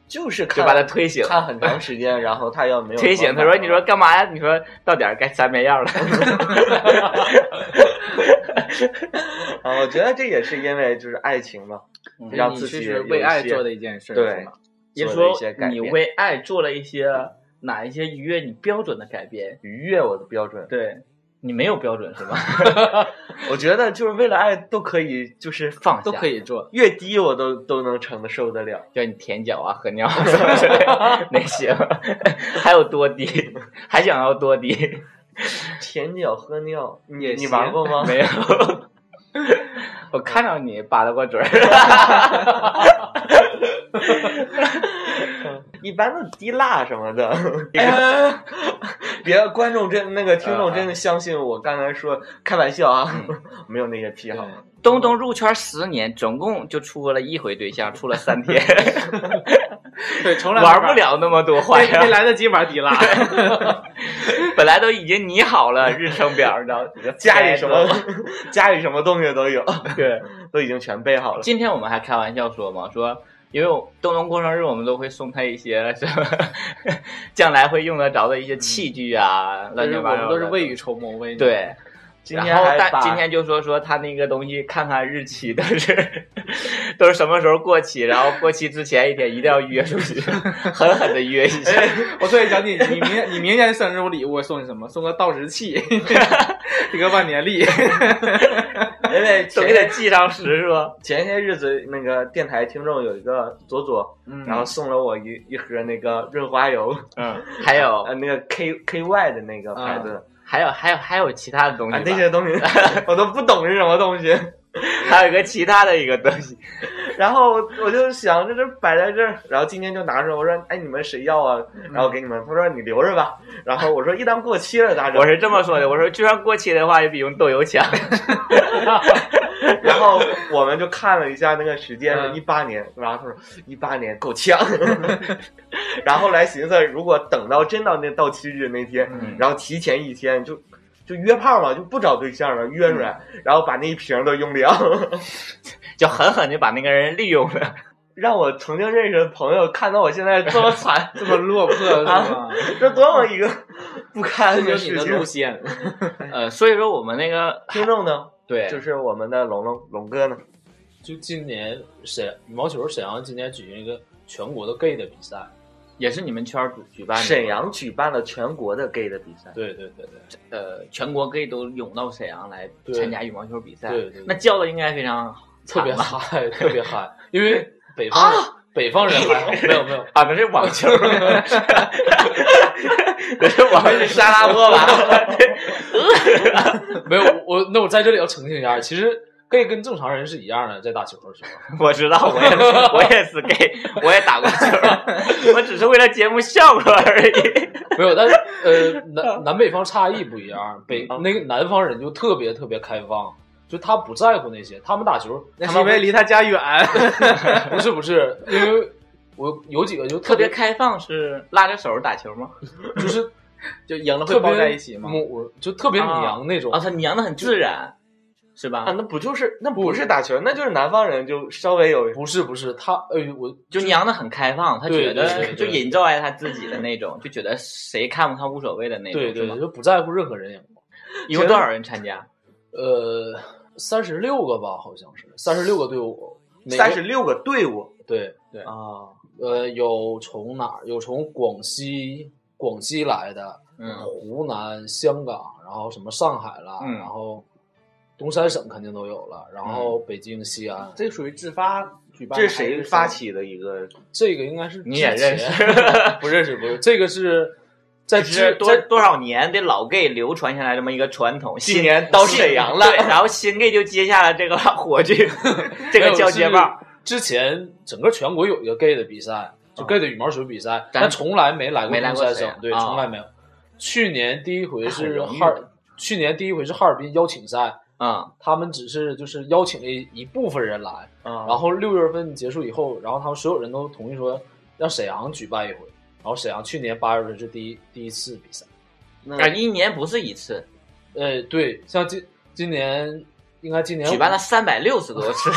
Speaker 2: 就是看
Speaker 1: 就把他推醒，
Speaker 2: 看很长时间，然后他要没有
Speaker 1: 推醒他说：“你说干嘛呀？你说到点儿该塞眠药了。”
Speaker 2: 啊，我觉得这也是因为就是爱情嘛，让
Speaker 4: 你
Speaker 2: 自己
Speaker 4: 嗯是
Speaker 2: 有
Speaker 4: 为
Speaker 2: 一
Speaker 4: 爱
Speaker 2: 些
Speaker 4: 做的一件事，
Speaker 2: 对
Speaker 4: 是吗？
Speaker 1: 也
Speaker 2: 做了
Speaker 1: 说
Speaker 2: 一些改
Speaker 1: 你
Speaker 2: 变
Speaker 1: 为爱做了一些哪一些逾越你标准的改变？
Speaker 2: 愉悦我的标准。
Speaker 1: 对你没有标准是吧？
Speaker 2: 我觉得就是为了爱都可以，就是
Speaker 1: 放下
Speaker 4: 都可以做，
Speaker 2: 越低我都都能承受得了。
Speaker 1: 叫你舔脚啊、喝尿啊 什么之类的那行， 还有多低， 还想要多低？
Speaker 2: 舔脚喝尿，你
Speaker 4: 也
Speaker 2: 你
Speaker 4: 行
Speaker 2: 玩过吗？
Speaker 1: 没有， 我看到你扒拉过嘴 儿。
Speaker 2: 一般都滴蜡什么的。 别的观众真那个
Speaker 4: 嗯
Speaker 2: 听众真的相信我刚才说开玩笑啊， 没有那些癖好。
Speaker 1: 东东入圈十年，总共就处了一回对象，处了三 天，
Speaker 4: 对，从来没
Speaker 1: 玩不，了那么多花
Speaker 4: 没没
Speaker 1: 样。
Speaker 4: 来得及玩迪拉，
Speaker 1: 本来都已经拟好了日程表，你知道
Speaker 2: 家里什 么家里什么东西都有，
Speaker 1: 对。
Speaker 2: 都已经全备好了。
Speaker 1: 今天我们还开玩笑说嘛，说因为我东东过生日，我们都会送他一些 什么将来会用得着的一些器具啊，
Speaker 4: 就
Speaker 1: 乱
Speaker 4: 是
Speaker 1: 七
Speaker 4: 我
Speaker 1: 八糟
Speaker 4: 们
Speaker 1: 的。
Speaker 4: 都是未雨绸缪，未雨
Speaker 1: 对，
Speaker 2: 今天
Speaker 1: 然后
Speaker 2: 还
Speaker 1: 但
Speaker 2: 把
Speaker 1: 今天就说说他那个东西，看看日期都是都是什么时候过期，然后过期之前一天一定要约出去， 狠狠的约一下。
Speaker 2: 哎
Speaker 4: 我突然想起，你明年你明年生日我礼物我送你什么？送个倒时器， 一个万年历。
Speaker 2: 因 为
Speaker 1: 都
Speaker 2: 前
Speaker 1: 给他记上时是吧？
Speaker 2: 前些日子那个电台听众有一个左左，
Speaker 4: 嗯
Speaker 2: 然后送了我一一盒那个润滑油，
Speaker 1: 嗯，还有
Speaker 2: 呃，那个 K K Y 的那个牌子的，
Speaker 1: 还有还有还有其他的东西
Speaker 2: 啊
Speaker 1: 吧，，
Speaker 2: 那些 东西我都不懂是什么东西。
Speaker 1: 还有一个其他的一个东西，
Speaker 2: 然后我就想，这这摆在这儿，然后今天就拿出来，我说，哎，你们谁要啊？然后给你们，他说你留着吧。然后我说，一旦过期了咋整？
Speaker 1: 我是这么说的，我说就算过期的话，也比用豆油强。
Speaker 2: 然后我们就看了一下那个时间，
Speaker 4: 嗯
Speaker 2: 一八年，然后他说一八年够呛。 然后来寻思，如果等到真到那到期日那天，
Speaker 1: 嗯
Speaker 2: 然后提前一天就。就约炮嘛，就不找对象了，约出来，
Speaker 4: 嗯
Speaker 2: 然后把那一瓶都用掉。
Speaker 1: 就狠狠的把那个人利用了。
Speaker 2: 让我曾经认识的朋友看到我现在这么惨， 啊
Speaker 4: 这么落魄是吗？
Speaker 2: 这多么一个不堪
Speaker 4: 这就
Speaker 2: 的
Speaker 4: 是
Speaker 2: 事
Speaker 4: 你的
Speaker 2: 情
Speaker 4: 路。线，
Speaker 1: 呃，所以说我们那个
Speaker 2: 听众呢，
Speaker 1: 对，
Speaker 2: 就是是我们的龙龙龙哥呢，
Speaker 5: 就今年沈羽毛球沈阳今年举行一个全国的 gay 的比赛，
Speaker 1: 也是你们圈儿主举
Speaker 4: 啊
Speaker 1: 办的
Speaker 2: 沈阳举办了全国的 gay 的比赛，
Speaker 5: 对对对对，
Speaker 1: 呃，全国 gay 都涌到沈阳来
Speaker 5: 对
Speaker 1: 参加羽毛球比赛，
Speaker 5: 对对对
Speaker 1: 那叫的应该非常
Speaker 5: 特别
Speaker 1: 惨吧
Speaker 5: 嗨，特别嗨，因为北方人、北方人还好，没有没有，
Speaker 1: 啊，那是网 球，那是网
Speaker 2: 那是沙拉波吧？
Speaker 5: 没有，我那我在这里要澄清一下，其实 gay 跟正常人是一样的，在打球的时 候，
Speaker 1: 我知道，我也 是我也是 gay，我也打过 球，我只是为了节目效果而已。
Speaker 5: 没有，但是呃，南南北方差异不一样，北
Speaker 2: 啊
Speaker 5: 那个南方人就特别特别开放，就他不在乎那些，他们打球，
Speaker 4: 那
Speaker 5: 他
Speaker 4: 是因
Speaker 5: 们
Speaker 4: 为离他家远。
Speaker 5: 不是不是，因为我有几个就
Speaker 1: 特
Speaker 5: 特
Speaker 1: 别
Speaker 5: 别
Speaker 1: 开放是拉着手打球吗？
Speaker 5: 就是
Speaker 4: 就赢了会
Speaker 5: 特
Speaker 4: 抱
Speaker 5: 别
Speaker 4: 在一起吗？
Speaker 5: 母就特别娘那种
Speaker 1: 啊，，他娘的很自然，是吧
Speaker 2: 啊，？那不就是那不是打球，那就是南方人就稍微有
Speaker 5: 不是不是，他哎呦我
Speaker 1: 就娘的很开放，他觉
Speaker 5: 对对
Speaker 1: 得
Speaker 5: 对
Speaker 1: 就
Speaker 5: 对
Speaker 1: 引照爱他自己的那种，就觉得谁看不看无所谓的那种，
Speaker 5: 对
Speaker 1: 是
Speaker 5: 对
Speaker 1: 吗
Speaker 5: 对，？就不在乎任何人眼光。
Speaker 1: 一共多少人参加？
Speaker 5: 呃，三十六个吧，好像是三十六个队伍，每个
Speaker 2: 三十六个队伍
Speaker 5: 对对，
Speaker 2: 啊，
Speaker 5: 呃，有从哪儿？有从广西广西来的，呃
Speaker 1: 嗯，
Speaker 5: 湖南、香港，然后什么上海啦，
Speaker 1: 嗯
Speaker 5: 然后东三省肯定都有了，然后北京、西安，
Speaker 4: 这属于自发举办
Speaker 2: 这
Speaker 4: 的，
Speaker 2: 是谁发起的一个？
Speaker 5: 这个应该是
Speaker 1: 你也认识
Speaker 5: 之前？不认识不认识，这个是在
Speaker 1: 这是
Speaker 5: 之
Speaker 1: 多
Speaker 5: 在
Speaker 1: 多少年的老 gay 流传下来这么一个传统，
Speaker 2: 今
Speaker 1: 新
Speaker 2: 年到沈阳了
Speaker 1: 对，然后新 gay 就接下了这个 火炬，这
Speaker 5: 没
Speaker 1: 个
Speaker 5: 有
Speaker 1: 交接棒。
Speaker 5: 是之前整个全国有一个 gay 的比赛，就 gay 的羽毛球比赛，
Speaker 1: 咱
Speaker 5: 哦但从来没来过哦
Speaker 1: 没来
Speaker 5: 东
Speaker 1: 过
Speaker 5: 三
Speaker 1: 沈
Speaker 5: 省
Speaker 1: 阳，
Speaker 5: 对，
Speaker 1: 啊
Speaker 5: 从来没有。去年第一回
Speaker 1: 很
Speaker 5: 是
Speaker 1: 荣誉
Speaker 5: 哈尔，去年第一回是哈尔滨邀请赛，
Speaker 1: 嗯，
Speaker 5: 他们只是就是邀请了一一部分人来，
Speaker 2: 然
Speaker 5: 然后六月份结束以后，然后他们所有人都同意说让沈阳举办一回。然后沈阳去年八月份是第一第一次比赛，
Speaker 1: 啊，一年不是一次，
Speaker 5: 呃，对，像今今年应该今年
Speaker 1: 举办了三百六十多次。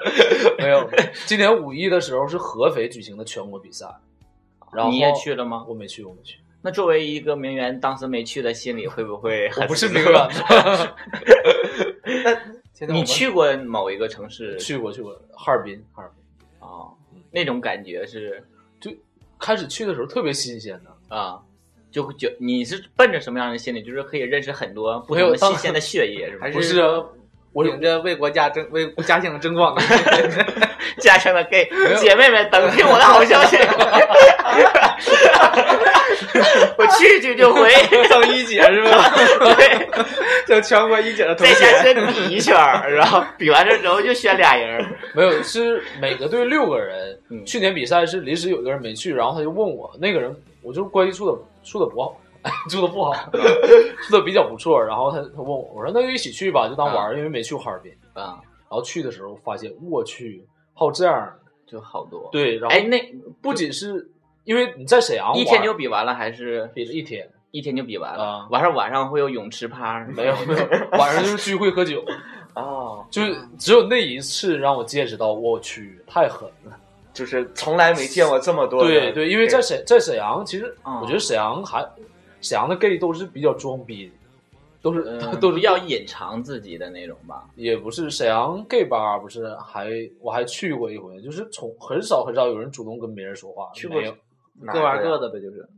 Speaker 5: 没有？今年五一的时候是合肥举行的全国比赛，然后
Speaker 1: 你也去了吗？
Speaker 5: 我没去，我没去，
Speaker 1: 那作为一个名媛，当时没去的心里会不会
Speaker 5: 我
Speaker 1: 很
Speaker 5: 不是
Speaker 1: 那
Speaker 5: 名媛
Speaker 1: 个？，
Speaker 4: 现在我
Speaker 1: 你
Speaker 4: 们
Speaker 1: 去过某一个城市
Speaker 5: 去过去过哈尔滨，哈尔滨
Speaker 1: 哦，那种感觉是
Speaker 5: 开始去的时候特别新鲜的，
Speaker 1: 啊，就觉你是奔着什么样的心理？就是可以认识很多不
Speaker 5: 没
Speaker 1: 同
Speaker 5: 有
Speaker 1: 的新
Speaker 5: 当
Speaker 1: 鲜的血液，是吧
Speaker 4: 还？
Speaker 5: 不是啊，我
Speaker 4: 顶着为国家争、为家庭争 光的心情，
Speaker 1: 家乡的 gay
Speaker 5: 有
Speaker 1: 姐妹们，等听我的好消息，我去去就回，
Speaker 4: 争一姐是吧？
Speaker 1: 对，
Speaker 4: 争全国一姐的同
Speaker 1: 在家
Speaker 4: 学，
Speaker 1: 先比一圈儿，然后比完事儿之后就选俩人儿，
Speaker 5: 没有是每个队六个人
Speaker 1: 嗯，
Speaker 5: 去年比赛是临时有一个人没去，然后他就问我那个人，我就是关系处的处的不好。 处的 不好，处的比较不错。然后他他问我，我说那就一起去吧，就当玩儿，因为没去过哈尔滨。
Speaker 1: 啊，
Speaker 5: 然后去的时候发现，我去，还有这样儿
Speaker 1: 就好多。
Speaker 5: 对，然后
Speaker 1: 哎，那
Speaker 5: 不仅是因为你在沈阳玩
Speaker 1: 一天就比完了，还是
Speaker 5: 比了一天，
Speaker 1: 一天就比完了
Speaker 5: 啊？
Speaker 1: 晚上晚上会有泳池趴没
Speaker 5: 没有没有，晚上就是聚会 喝酒，
Speaker 2: 哦，
Speaker 5: 就是只有那一次让我见识到，我去太狠了。
Speaker 2: 就是从来没见过这么多的。
Speaker 5: 对对，因为在沈在沈阳，其实
Speaker 1: 啊
Speaker 5: 我觉得沈阳还沈阳的 gay 都是比较装逼，都是、
Speaker 1: 嗯
Speaker 5: 都
Speaker 1: 比
Speaker 5: 是
Speaker 1: 较隐藏自己的那种吧。
Speaker 5: 也不是沈阳 gay 吧，不是还我还去过一回，就是从很少很少有人主动跟别人说话，
Speaker 2: 去过
Speaker 5: 没有
Speaker 2: 哪
Speaker 4: 各玩
Speaker 2: 个呀
Speaker 4: 各的呗， 就是。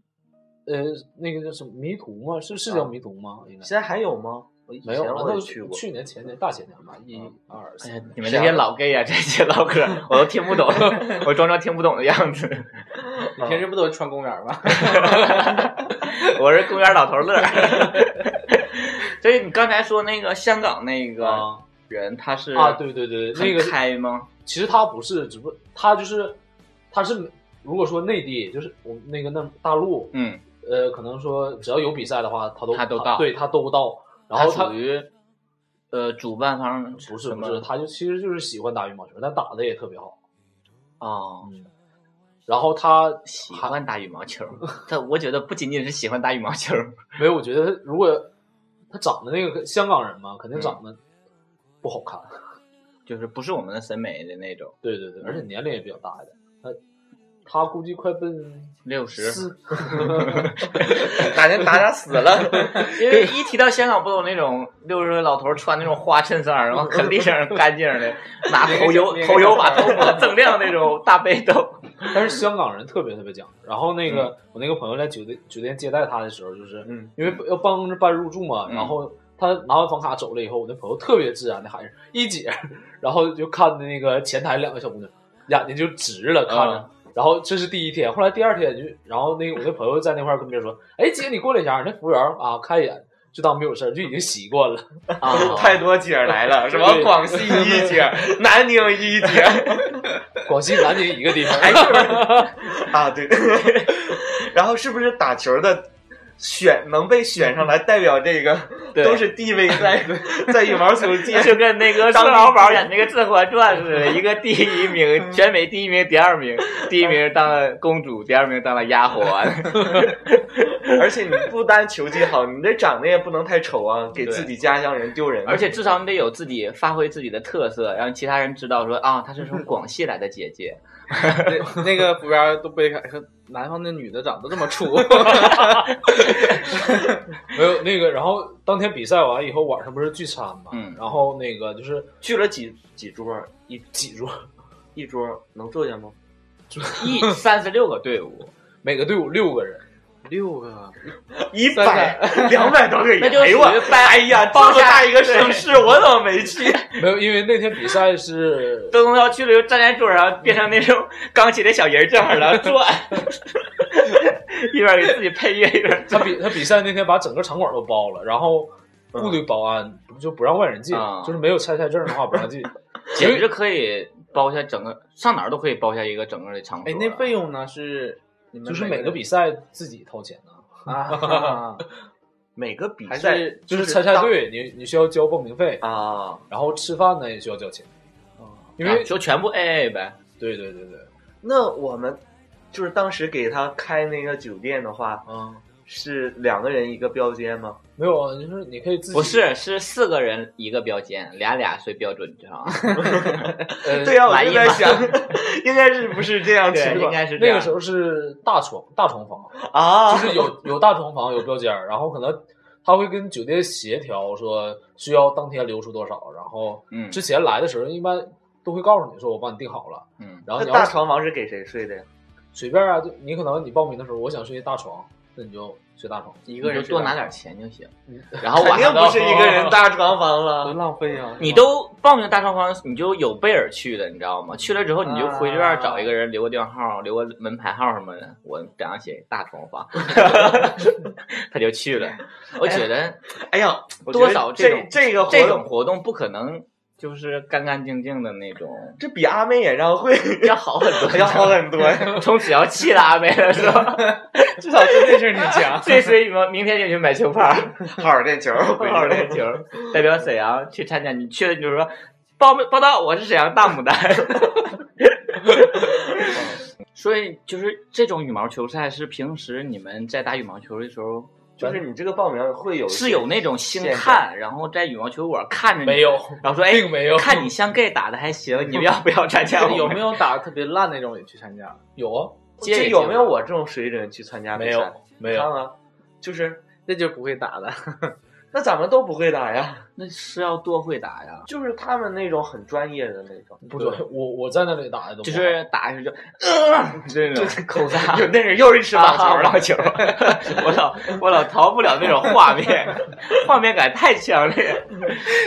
Speaker 5: 呃那个叫什么迷途吗？是是叫迷途吗？应该
Speaker 2: 现在还有吗？我以
Speaker 5: 没有
Speaker 2: 啊前
Speaker 5: 了，
Speaker 2: 我
Speaker 5: 那
Speaker 2: 也
Speaker 5: 都
Speaker 2: 去过。嗯
Speaker 5: 去年、前年、大前年吧，一二
Speaker 1: 哎
Speaker 5: 三
Speaker 1: 呀，，你们这些老 gay 啊，这些老 哥，我都听不懂，我装装听不懂的样子。
Speaker 4: 你平时不都穿公园吗？
Speaker 1: 我是公园老头乐。 所以你刚才说那个香港那个
Speaker 5: 啊
Speaker 1: 人，他是
Speaker 5: 啊，对对对，
Speaker 1: 很
Speaker 5: 那个
Speaker 1: 开吗？
Speaker 5: 其实他不是，只不他就是他是如果说内地就是我们那个那大陆，
Speaker 1: 嗯，
Speaker 5: 呃，可能说只要有比赛的话，他都
Speaker 1: 他都到
Speaker 5: 对他都到，然后
Speaker 1: 他
Speaker 5: 他
Speaker 1: 属于呃主办方
Speaker 5: 不是
Speaker 1: 什
Speaker 5: 不
Speaker 1: 么
Speaker 5: 是，他就其实就是喜欢打羽毛球，但打的也特别好，
Speaker 1: 哦，
Speaker 5: 嗯然后他
Speaker 1: 喜欢打羽毛球。 他我觉得不仅仅是喜欢打羽毛球，
Speaker 5: 没有，我觉得他如果他长得那个香港人嘛，
Speaker 1: 嗯
Speaker 5: 肯定长得不好看。
Speaker 1: 就是不是我们的审美的那种。
Speaker 5: 对对对，
Speaker 1: 嗯
Speaker 5: 而且年龄也比较大一点。他他估计快奔
Speaker 1: 六十，
Speaker 5: 四，
Speaker 2: 打人打打死了，
Speaker 1: 因为一提到香港，不有那种六十老头儿穿那种花衬衫儿， 然后肯定是干净的，拿头油头油把头抹锃亮那种大背兜。
Speaker 5: 但是香港人特别特别讲究。然后那个、
Speaker 1: 嗯
Speaker 5: 我那个朋友在酒店酒店接待他的时候，就是、
Speaker 2: 嗯
Speaker 5: 因为要帮着办入住嘛，
Speaker 1: 嗯
Speaker 5: 然后他拿完房卡走了以后，我那朋友特别自然的喊一姐，然后就看那个前台两个小姑娘，眼睛就直了看着。
Speaker 1: 嗯
Speaker 5: 然后这是第一天，后来第二天就，然后那个我那朋友在那块儿跟别人说：“哎姐，你过来一下。”那服务员啊，看一眼就当没有事儿，就已经习 惯了。
Speaker 1: 啊，
Speaker 2: 太多姐儿来 了，什么
Speaker 5: 对
Speaker 2: 广西一姐儿、南宁一姐儿
Speaker 5: 广西南宁一个 地方，
Speaker 2: 哎，是不是？啊，对。然后是不是打球的选能被选上来代表这 个，
Speaker 1: 对
Speaker 2: 都是地位在在羽毛球 界
Speaker 1: 就跟那个宋老宝演那个《甄嬛传》似的，一个第一 名，全美第一名，第二名，第一名当了公主，第二名当了丫鬟。
Speaker 2: 而且你不单球技好，你这长得也不能太丑啊，给
Speaker 1: 对
Speaker 2: 自己家乡人丢人。
Speaker 1: 而且至少你得有自己发挥自己的特色，让其他人知道说啊，她是从广西来的姐 姐。
Speaker 4: 那那个服务员都不会看，说南方的女的长得这么 粗，
Speaker 5: 没有那个。然后当天比赛完以后，晚上不是聚餐嘛，
Speaker 1: 嗯
Speaker 5: 然后那个就是
Speaker 2: 去了几几桌儿，
Speaker 5: 一挤住
Speaker 2: 一桌儿能坐下吗？
Speaker 1: 一三十六个队伍，
Speaker 5: 每个队伍六个人，
Speaker 4: 六个，
Speaker 2: 一
Speaker 4: 三
Speaker 2: 百两百多个人，
Speaker 1: 那就
Speaker 2: 哎
Speaker 1: 属
Speaker 2: 呦
Speaker 1: 于
Speaker 2: 我，
Speaker 1: 掰。哎
Speaker 2: 呀，这么大一个盛世，我怎么没去？啊
Speaker 5: 没有，因为那天比赛是
Speaker 1: 邓东要去了，就站在桌上，变成那种钢琴的小人儿这样的转， 一边给自己配乐，一边
Speaker 5: 他比他比赛那天把整个场馆都包了，然后部队保安不就不让外人进，
Speaker 1: 嗯啊
Speaker 5: 就是没有参赛证的话不 让进。
Speaker 1: 简直可以包下整个，上哪儿都可以包下一个整个的场所。啊
Speaker 4: 哎，那费用呢是你们
Speaker 5: 就是每
Speaker 4: 每
Speaker 5: 个比赛自己掏钱啊，
Speaker 4: 啊，
Speaker 2: 每个比
Speaker 4: 还
Speaker 2: 赛
Speaker 4: 是
Speaker 5: 就是
Speaker 2: 是
Speaker 5: 参赛
Speaker 2: 当
Speaker 5: 队你你需要交报名费，
Speaker 2: 啊，
Speaker 5: 然后吃饭呢也需要交钱，因
Speaker 1: 啊
Speaker 5: 为
Speaker 1: 就全部 AA 呗。
Speaker 5: 对对对对，
Speaker 2: 那我们就是当时给他开那个酒店的话，
Speaker 5: 啊，
Speaker 2: 是两个人一个标间吗？
Speaker 5: 没有啊，就是你可以自己
Speaker 1: 不是，是四个人一个标间，俩俩睡标准床。
Speaker 5: 呃
Speaker 2: 对呀、我
Speaker 1: 满
Speaker 2: 就
Speaker 1: 意
Speaker 2: 在
Speaker 1: 吗
Speaker 2: 想，应该是不是这样情
Speaker 1: 对，应
Speaker 2: 况
Speaker 1: 该是这
Speaker 5: 那
Speaker 1: 样。
Speaker 5: 个时候是大床大床房，
Speaker 2: 啊？
Speaker 5: 就是有有大床房有标间儿，然后可能他会跟酒店协调说需要当天留出多少，然后
Speaker 1: 嗯
Speaker 5: 之前来的时候一般都会告诉你说我帮你订好了，
Speaker 1: 嗯
Speaker 5: 然后
Speaker 2: 那
Speaker 5: 你
Speaker 2: 大
Speaker 5: 要
Speaker 2: 床房是给谁睡的呀？
Speaker 5: 随便啊，就你可能你报名的时候我想睡大床，那你就睡大床，
Speaker 1: 一
Speaker 2: 个人
Speaker 1: 就多
Speaker 2: 是吧
Speaker 1: 拿点钱就行
Speaker 5: 嗯。
Speaker 1: 然后
Speaker 2: 肯
Speaker 1: 晚
Speaker 2: 定
Speaker 1: 上
Speaker 2: 不
Speaker 1: 到
Speaker 2: 是一个人大床房了。
Speaker 4: 浪费啊！
Speaker 1: 你都报名大床房，你就有备而去的，你知道吗？去了之后，你就回去院儿找一个人留个电话号，留个门牌号什么的。我顶上写大床房， 他就去了。我觉得
Speaker 2: 哎呀，我觉得
Speaker 1: 多少这
Speaker 2: 这
Speaker 1: 种
Speaker 2: 这个活
Speaker 1: 这种
Speaker 2: 动，
Speaker 1: 活动不可能就是干干净净的那种，
Speaker 2: 这比阿妹演唱会
Speaker 1: 要好很多，
Speaker 2: 要好很多呀。
Speaker 1: 从此要气拉没了是吧？。
Speaker 4: 至少针对性挺强
Speaker 1: 这所以明明天就去买球拍儿。
Speaker 2: 好好练球，
Speaker 1: 好好练球，代表沈阳去参加。你去了你就说报报道，我是沈阳大牡丹。 所以就是这种羽毛球赛是平时你们在打羽毛球的时候
Speaker 2: 就是你这个报名会有一些
Speaker 1: 是有那种星探，然后在羽毛球馆看着你，
Speaker 5: 没有，
Speaker 1: 然后说哎，
Speaker 5: 并没有
Speaker 1: 看你像 gay 打的还行，你们要不要参加我们？
Speaker 4: 有没有打得特别烂那种也去参加？
Speaker 5: 有啊，
Speaker 1: 接
Speaker 2: 这
Speaker 1: 也
Speaker 2: 有
Speaker 1: 接
Speaker 2: 没有我这种水准去参加比
Speaker 5: 没
Speaker 2: 赛？
Speaker 5: 有没
Speaker 2: 看
Speaker 5: 有，
Speaker 2: 看，就是
Speaker 4: 这就是不会打的。
Speaker 2: 那咱们都不会打呀，
Speaker 1: 那是要多会打呀。
Speaker 2: 就是他们那种很专业的那种，
Speaker 5: 不准我我在那里打的都不
Speaker 1: 就
Speaker 5: 好
Speaker 1: 是打一下就，呃，这种口哨，
Speaker 2: 有那人又是吃
Speaker 1: 打啊
Speaker 2: 棒 球
Speaker 1: 球
Speaker 2: 了
Speaker 1: 了，球， 我老我老逃不了那种画面，画面感太强烈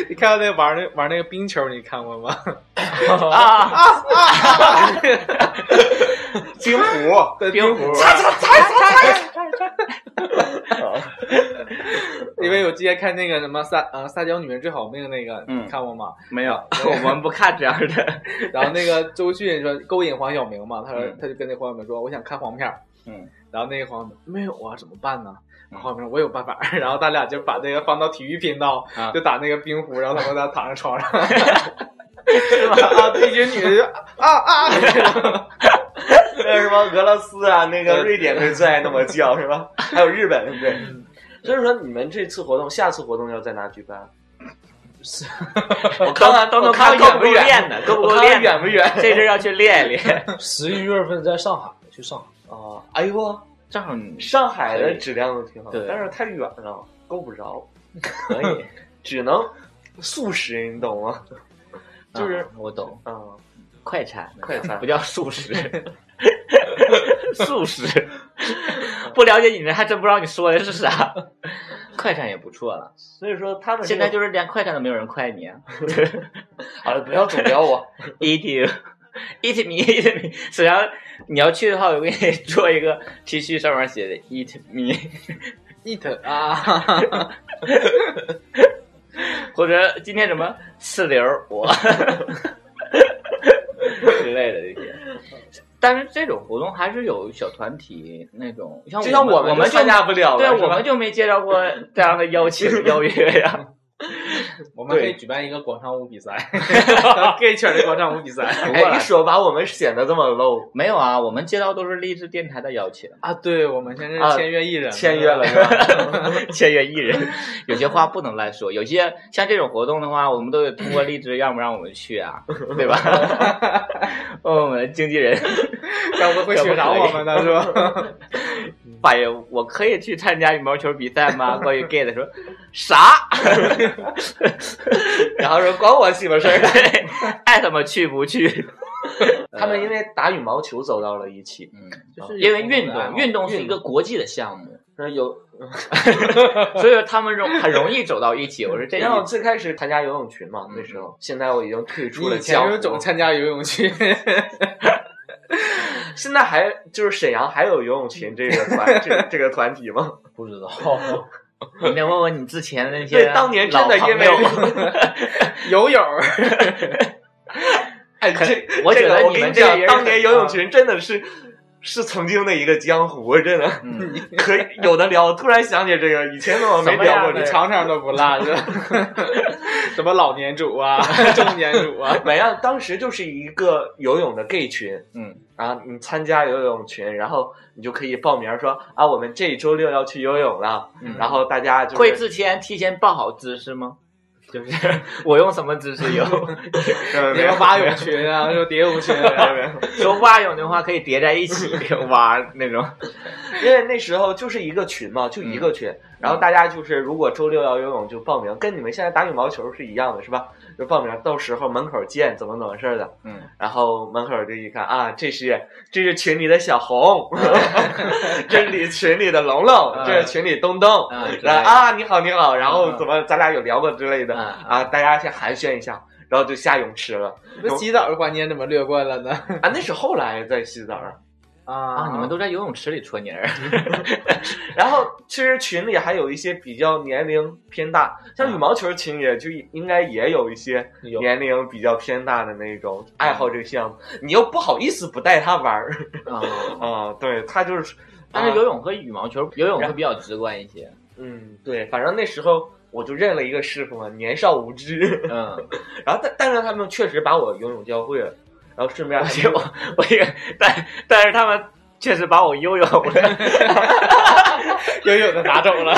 Speaker 4: 你看到那玩那玩那个冰球，你看过吗？
Speaker 1: 啊啊啊！
Speaker 2: 冰壶。
Speaker 4: 对
Speaker 1: 冰壶，嗯
Speaker 4: 因为我之前看那个什么撒呃撒娇女人最好命那个，
Speaker 1: 嗯
Speaker 4: 你看过吗？
Speaker 1: 没有，我们不看这样的。
Speaker 4: 然后那个周迅说勾引黄晓明嘛，他说
Speaker 1: 嗯
Speaker 4: 他就跟那黄晓明说我想看黄片儿
Speaker 1: 嗯，
Speaker 4: 然后那个黄晓明没有啊，怎么办呢？然后黄晓明说我有办法， 然后他俩就把那个放到体育频道
Speaker 1: 啊，
Speaker 4: 就打那个冰壶，然后他们俩躺在床上，
Speaker 1: 是吧？
Speaker 4: 啊，这群女的就啊啊，
Speaker 2: 那什么俄罗斯啊，那个瑞典的最爱那么叫是吧？还有日本对。所以说你们这次活动，下次活动要在哪举办？
Speaker 1: 我刚刚都能看够不够练的，够不够练的？
Speaker 2: 远不远？
Speaker 1: 这阵儿要去练一练。
Speaker 5: 十一月份在上海去上海，
Speaker 2: 哦，哎呦，
Speaker 1: 正好你
Speaker 2: 上海的质量都挺好，
Speaker 1: 对
Speaker 2: 但是太远了，够不着，
Speaker 1: 可以，
Speaker 2: 只能速食，你懂吗？就是
Speaker 1: 啊我懂，
Speaker 2: 嗯，
Speaker 1: 快餐，
Speaker 2: 快餐
Speaker 1: 不叫素 食，素食。 不了解你的还真不知道你说的是 啥。快餐也不错了。
Speaker 2: 所以说他们这
Speaker 1: 现
Speaker 2: 个
Speaker 1: 在就是连快餐都没有人快你、 啊。
Speaker 2: 好了，不要总聊 我，
Speaker 1: eat you, eat me, eat me。沈，E 阳，你要去的话，我给你做一个 T 恤，上面写的，E eat
Speaker 2: E
Speaker 1: me，，E
Speaker 4: eat 啊，
Speaker 1: 或者今天什么四流我之类的这些。但是这种活动还是有小团体那种，像
Speaker 2: 就像
Speaker 1: 我
Speaker 2: 们
Speaker 1: 我们就
Speaker 2: 参加不了了，
Speaker 1: 对
Speaker 2: 是
Speaker 1: 我
Speaker 2: 吧
Speaker 1: 们就没接到过这样的邀请邀约呀。
Speaker 4: 我们可以
Speaker 1: 对
Speaker 4: 举办一个广场舞比赛，gay 圈的广场舞比赛。
Speaker 1: 不过
Speaker 2: 哎，
Speaker 1: 来
Speaker 2: 一说把我们显得这么 low，
Speaker 1: 没有啊，我们接到都是励志电台的邀请，
Speaker 4: 啊，对，我们现在
Speaker 2: 啊
Speaker 4: 是签约艺人，
Speaker 2: 签 约了。是吧？
Speaker 1: 签约艺人，有些话不能乱说。有些像这种活动的话，我们都得通过荔枝，让不让我们去 啊，对吧？问我们的经纪人，
Speaker 4: 要不会选啥我们呢？是吧？
Speaker 1: 大爷，哎我可以去参加羽毛球比赛 吗？关于 gay 的说啥？
Speaker 2: 然后说管我媳妇事儿，
Speaker 1: 爱他妈去不去？
Speaker 2: 他们因为打羽毛球走到了一起，
Speaker 1: 嗯，
Speaker 4: 就是
Speaker 1: 因为运
Speaker 4: 有共同的
Speaker 1: 动，
Speaker 4: 爱啊
Speaker 1: 啊
Speaker 4: 好
Speaker 1: 运
Speaker 2: 啊
Speaker 1: 动是一个国际的项目，
Speaker 2: 说有，
Speaker 1: 所以说他们容很容易走到一起。我说这
Speaker 2: 然后最开始参加游泳群嘛，那时候，现在我已经退出
Speaker 4: 你
Speaker 2: 了
Speaker 4: 以前
Speaker 2: 江
Speaker 4: 就
Speaker 2: 湖，
Speaker 4: 总参加游泳 去，
Speaker 2: 现在还就是沈阳还有游泳群这个团这个这个团体吗？
Speaker 5: 不知道
Speaker 1: 你得问问你之前的那些
Speaker 2: 对，当年真
Speaker 1: 啊老
Speaker 2: 的
Speaker 1: 朋
Speaker 2: 因为
Speaker 1: 友。
Speaker 4: 游泳
Speaker 2: 哎， 这
Speaker 1: 我觉得
Speaker 2: 这个我
Speaker 1: 你
Speaker 2: 跟
Speaker 1: 们
Speaker 2: 你
Speaker 1: 这
Speaker 2: 讲
Speaker 1: 也，是
Speaker 2: 当年游泳群真的是是曾经的一个江湖，真的
Speaker 1: 嗯
Speaker 2: 可以有的聊。我突然想起这个，以前怎么没
Speaker 4: 什么
Speaker 2: 聊
Speaker 4: 样
Speaker 2: 过
Speaker 4: 的
Speaker 2: 这个？
Speaker 4: 尝尝都不落，是吧？ 什么老年组 啊，中年组啊，
Speaker 2: 没有，当时就是一个游泳的 gay 群，
Speaker 1: 嗯，
Speaker 2: 然后你参加游泳群，然后你就可以报名说啊，我们这一周六要去游泳了，
Speaker 1: 嗯
Speaker 2: 然后大家就是
Speaker 1: 会之前提前报好姿势吗？就是 我用什么姿势游？
Speaker 4: 什么蛙泳群 啊，什么蝶泳群啊，
Speaker 1: 说蛙泳的话可以叠在一起，蛙那种。
Speaker 2: 因为那时候就是一个群嘛，就
Speaker 1: 嗯
Speaker 2: 一个群，然后大家就是如果周六要游泳就报名，跟你们现在打羽毛球是一样的，是吧？就报名，到时候门口见，怎么怎么事儿的。
Speaker 1: 嗯，
Speaker 2: 然后门口就一看啊，这是这是群里的小红， 这是里群里的龙龙，
Speaker 1: 嗯
Speaker 2: 这是群里东东，
Speaker 1: 啊之类的
Speaker 2: 然后啊你好你好，然后
Speaker 1: 嗯
Speaker 2: 怎么咱俩有聊过之类的
Speaker 1: 嗯
Speaker 2: 啊，大家先寒暄一下，然后就下泳 池了
Speaker 4: 你们洗澡的环节怎么略过了呢？
Speaker 2: 啊，那是后来在洗澡啊。
Speaker 4: 啊
Speaker 1: 啊，你们都在游泳池里搓泥儿，
Speaker 2: 然后其实群里还有一些比较年龄偏大，
Speaker 1: 嗯
Speaker 2: 像羽毛球群也就应该也有一些
Speaker 5: 有
Speaker 2: 年龄比较偏大的那种爱好这个项目，
Speaker 1: 嗯
Speaker 2: 你又不好意思不带他玩儿
Speaker 1: 啊，
Speaker 2: 啊、对他就是，
Speaker 1: 但是
Speaker 2: 啊
Speaker 1: 游泳和羽毛球，游泳会比较直观一 些。
Speaker 2: 嗯对，反正那时候我就认了一个师傅嘛，年少无知，
Speaker 1: 嗯，
Speaker 2: 然后但但是他们确实把我游泳教会了，然后顺便
Speaker 1: 而
Speaker 2: 还
Speaker 1: 且我我也， 但但是他们确实把我悠泳了，
Speaker 4: 游泳的拿走了，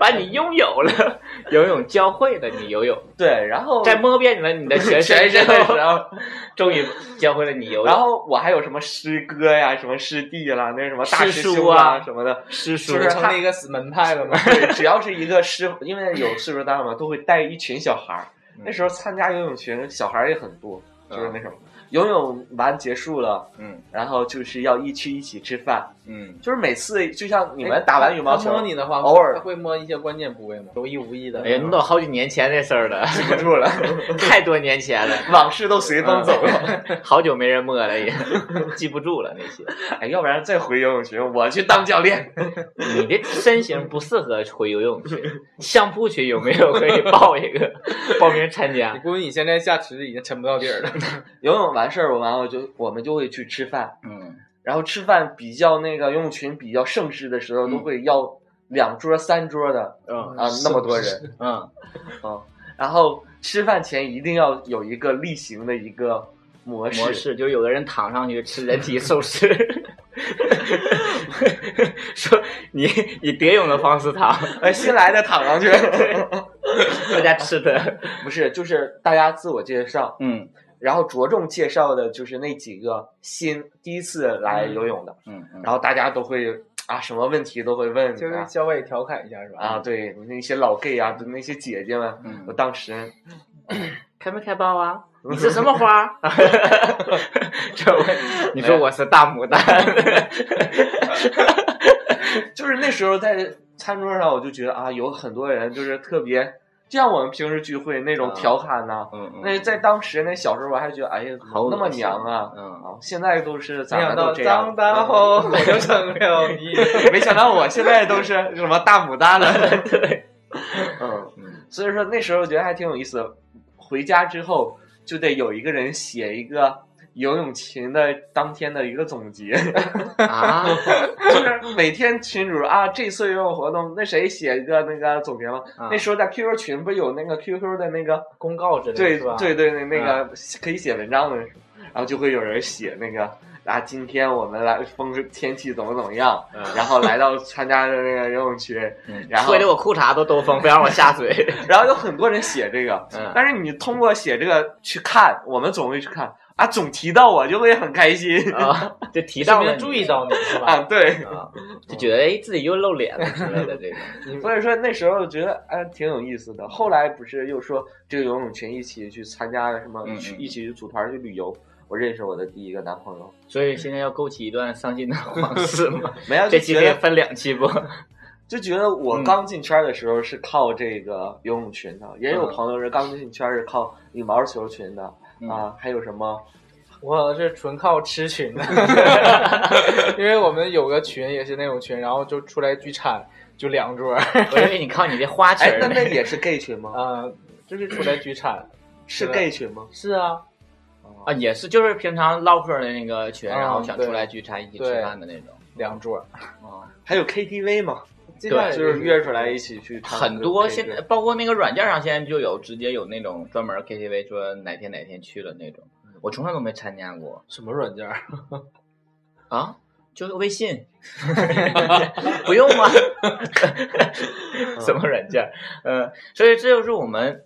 Speaker 1: 把你拥有了， 游泳教会了你游泳，
Speaker 2: 对，然后
Speaker 1: 在摸遍了你的全
Speaker 2: 全身
Speaker 1: 身
Speaker 2: 的
Speaker 1: 的
Speaker 2: 时
Speaker 1: 时
Speaker 2: 候
Speaker 1: 候，， 终于教会了你游
Speaker 2: 然
Speaker 1: 泳。
Speaker 2: 后我还有什么师哥呀、什么师弟啦、那什么大
Speaker 1: 师
Speaker 2: 师
Speaker 1: 叔
Speaker 2: 兄
Speaker 1: 啊
Speaker 2: 什么的，
Speaker 1: 师叔
Speaker 2: 就
Speaker 4: 不
Speaker 2: 是
Speaker 4: 是成了一个死门派了吗？
Speaker 2: 对，只要是一个师傅，因为有岁数大嘛，都会带一群小孩儿。那时候参加游泳群，小孩儿也很多，就是那什么，游泳完结束了，
Speaker 1: 嗯
Speaker 2: 然后就是要一区一起吃饭，
Speaker 1: 嗯，
Speaker 2: 就是每次就像你们打完羽毛球，
Speaker 4: 哎他摸你的话，
Speaker 2: 偶尔
Speaker 4: 他会摸一些关键部位吗？有意无意的。
Speaker 1: 哎呀，那都好几年前的事儿了，
Speaker 2: 记不住了，
Speaker 1: 太多年前了，
Speaker 2: 往事都随风走
Speaker 4: 嗯
Speaker 2: 了。
Speaker 1: 好久没人摸了，也记不住了那些。
Speaker 2: 哎，要不然再回游泳群，我去当教练。
Speaker 1: 你的身形不适合回游泳群，相扑群有没有可以报一个，报名参
Speaker 4: 你
Speaker 1: 加？
Speaker 4: 估计你现在下池已经沉不到底儿了。
Speaker 2: 游泳完事儿，我完后就我们就会去吃饭，
Speaker 1: 嗯
Speaker 2: 然后吃饭比较那个游泳群比较盛世的时候，都
Speaker 1: 嗯
Speaker 2: 会要两桌三桌的
Speaker 1: 嗯
Speaker 2: 啊，那么多人。
Speaker 1: 嗯
Speaker 2: 嗯，然后吃饭前一定要有一个例行的一个模式，
Speaker 1: 模式就有个人躺上去吃人体寿司， 说你以蝶泳的方式躺，
Speaker 2: 呃，新来的躺上去，
Speaker 1: 大家吃的，
Speaker 2: 不是，就是大家自我介绍，
Speaker 1: 嗯
Speaker 2: 然后着重介绍的就是那几个新第一次来游泳的，
Speaker 1: 嗯嗯
Speaker 2: 然后大家都会啊，什么问题都会问
Speaker 4: 就是
Speaker 2: 啊。
Speaker 4: 稍微调侃一下是吧？
Speaker 2: 啊，，对那些老 gay 啊，那些姐姐们，我
Speaker 1: 嗯，
Speaker 2: 当时
Speaker 1: 开没开包 啊？你是什么花？ 这 我你说我是大牡 丹，
Speaker 2: 就是那时候在餐桌上，我就觉得啊，有很多人就是特别，就像我们平时聚会那种
Speaker 1: 啊
Speaker 2: 调侃呐、
Speaker 1: 嗯嗯
Speaker 2: 那在当时那小时候，我还觉得哎呀，怎
Speaker 1: 好
Speaker 2: 么
Speaker 1: 恶
Speaker 2: 那么
Speaker 1: 心
Speaker 2: 娘啊！
Speaker 1: 嗯，
Speaker 2: 啊，现在都是咱
Speaker 4: 没想
Speaker 2: 们都
Speaker 4: 到
Speaker 2: 这样嗯哦
Speaker 4: 张，大 后我就成了你。
Speaker 2: 没想到我现在都是什么大牡丹了。 嗯，
Speaker 1: 嗯
Speaker 2: 所以说那时候觉得还挺有意思。回家之后就得有一个人写一个游泳群的当天的一个总结，
Speaker 1: 啊，
Speaker 2: 就是 每天群主啊，这次游泳活动那谁写一个那个总结吗？
Speaker 1: 啊
Speaker 2: 那时候在 QQ 群不是有那个 QQ 的那个
Speaker 4: 公告之类
Speaker 2: 对
Speaker 4: 是吧？
Speaker 2: 对对，那那个可以写文章的，然后就会有人写那个啊，今天我们来风天气怎么怎么样，然后来到参加的那个游泳群， 然后
Speaker 1: 吹得我裤衩都兜风，不让我下 水。
Speaker 2: 然后有很多人写这个
Speaker 1: 嗯，
Speaker 2: 但是你通过写这个去看，我们总会去看啊，总提到我就会很开心
Speaker 1: 啊，就提
Speaker 4: 顺
Speaker 1: 到了
Speaker 4: 便
Speaker 1: 你
Speaker 4: 注意到你是吧？
Speaker 2: 啊，对，
Speaker 1: 啊，就觉得哎自己又露脸了之类 的这个，
Speaker 2: 所以说那时候觉得哎挺有意思的。后来不是又说这个游泳群一起去参加了什么，
Speaker 1: 嗯
Speaker 2: 去
Speaker 1: 嗯
Speaker 2: 一起去组团去旅游，我认识我的第一个男朋友，
Speaker 1: 所以现在要勾起一段伤心的往 事嘛。
Speaker 2: 没有
Speaker 1: 这
Speaker 2: 就
Speaker 1: 期
Speaker 2: 觉
Speaker 1: 可以
Speaker 2: 得
Speaker 1: 分两期 不？
Speaker 2: 就觉得我刚进圈的时候是靠这个游泳群的，也有朋友是刚进圈是靠羽毛球群的、
Speaker 1: 嗯
Speaker 2: 啊，还有什么
Speaker 4: 我好像是纯靠吃群 的，因为我们有个群也是那种群，然后就出来聚餐，就两 桌，
Speaker 1: 我认为你靠你这花裙
Speaker 2: 哎，那
Speaker 1: 儿
Speaker 2: 那也是 gay 群吗？
Speaker 4: 呃，就是出来聚餐。
Speaker 2: 是
Speaker 4: 是的
Speaker 2: gay 群吗？
Speaker 4: 是啊，
Speaker 1: 啊，也是就是平常唠嗑的那个群，
Speaker 4: 嗯
Speaker 1: 然后想出来聚餐一起吃饭的那种。
Speaker 4: 两桌。
Speaker 1: 啊，
Speaker 2: 还有 KTV 吗？
Speaker 4: 接下来
Speaker 2: 就是约出来一起去唱歌
Speaker 1: 很多
Speaker 2: KTV
Speaker 1: 现在包括那个软件上现在就有直接有那种专门 KTV 说哪天哪天去的那种，我从来都没参加过
Speaker 5: 什么软件儿？
Speaker 1: 啊。就是微信， 不用吗？什么软件？呃，所以这就是我们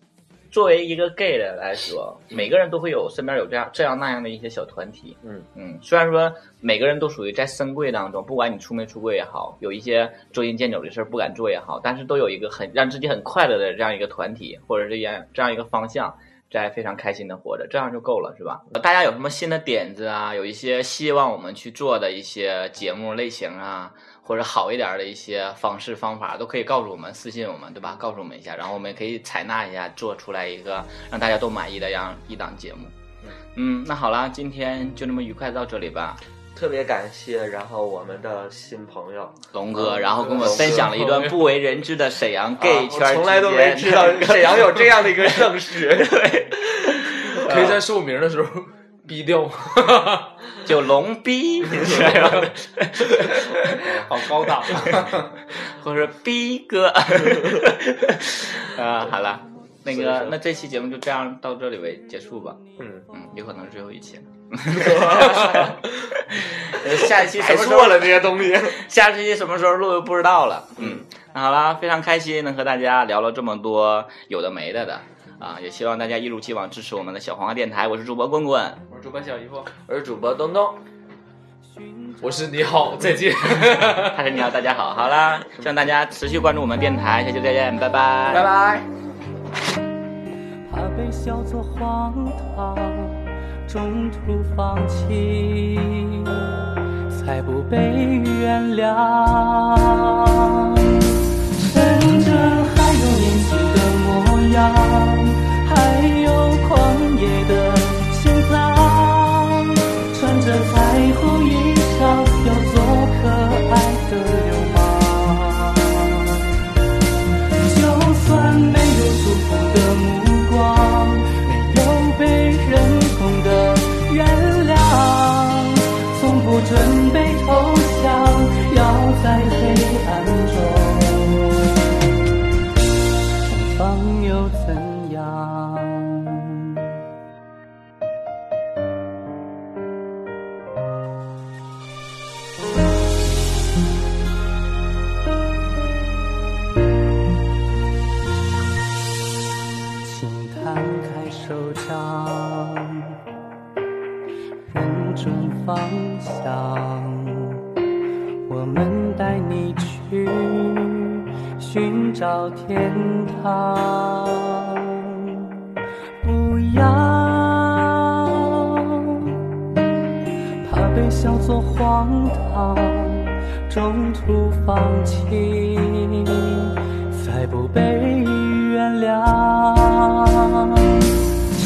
Speaker 1: 作为一个 gay 的来说，每个人都会有身边有这样这样那样的一些小团体。
Speaker 5: 嗯
Speaker 1: 嗯，虽然说每个人都属于在深柜当中，不管你出没出柜也好，有一些捉襟见肘的事儿不敢做也好，但是都有一个很让自己很快乐的这样一个团体，或者是这样这样一个方向。在非常开心的活着，这样就够了，是吧？大家有什么新的点子啊？有一些希望我们去做的一些节目类型啊，或者好一点的一些方式方法，都可以告诉我们，私信我们，对吧？告诉我们一下，然后我们也可以采纳一下，做出来一个让大家都满意的样一档节目。嗯，那好啦，今天就这么愉快到这里吧，
Speaker 2: 特别感谢，然后我们的新朋友，
Speaker 1: 龙哥，然后跟我们分享了一段不为人知的沈阳 gay 圈、
Speaker 2: 嗯 啊我从来都 没知道 沈阳 有这样的一个盛世。对，
Speaker 5: 可以在说名的时候呃 逼掉吗？
Speaker 1: 就龙逼，你知道吗
Speaker 5: 好高档，
Speaker 1: 或者逼哥。啊，好了，那个，那这期节目就这样到这里为结束吧。
Speaker 2: 嗯
Speaker 1: 嗯，有可能是最后一 期了。下一期什
Speaker 2: 还
Speaker 1: 么时
Speaker 2: 做
Speaker 1: 候？
Speaker 2: 了这些东西。
Speaker 1: 下期什么时候录又不知道了。嗯，那好啦，非常开心能和大家聊了这么多有的没的的啊，也希望大家一如既往支持我们的小黄瓜电台。我是主播棍棍，
Speaker 4: 我是主播小姨夫。
Speaker 2: 我是主播东东，
Speaker 5: 我是你好，再见。
Speaker 1: 他是你好，大家好。好啦，希望大家持续关注我们电台，下期再见，拜拜，拜拜。
Speaker 6: 怕被笑作荒唐，中途放弃，才不被原谅。趁着还有年轻的模样，还有狂野的心脏，穿着彩虹衣裳，要做可爱的流氓。就算没有祝福的目光，没有被人哄的原谅，从不准备投降，要在黑暗中绽放又怎样？请摊开手掌，认准方向，我们带你去寻找天堂。不要怕被笑作荒唐，中途放弃，才不被原谅。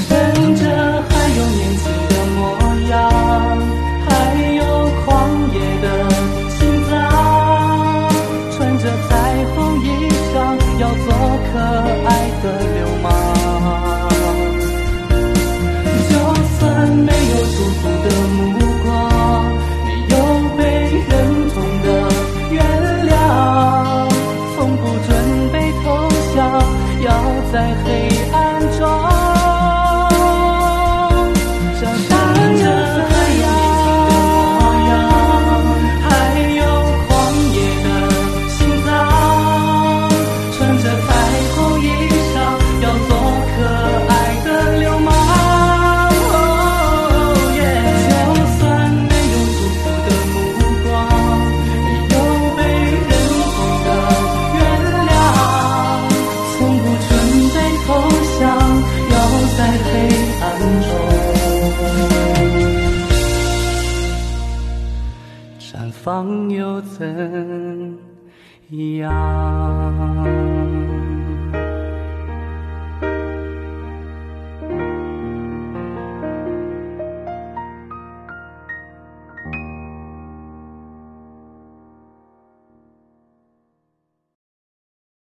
Speaker 6: 趁着还有年轻的模样，还有狂野的心脏，穿着彩虹衣裳，要做可爱的流氓。就算没有祝福的目光，没有被认同的原谅，从不准备投降，要在黑暗中绽放着太阳，还有狂野的心脏，穿着彩虹衣裳，要做可爱的流氓。就算没有祝福的目光，没有被人哄的原谅，从不准备投降，要在黑暗中绽放又怎样？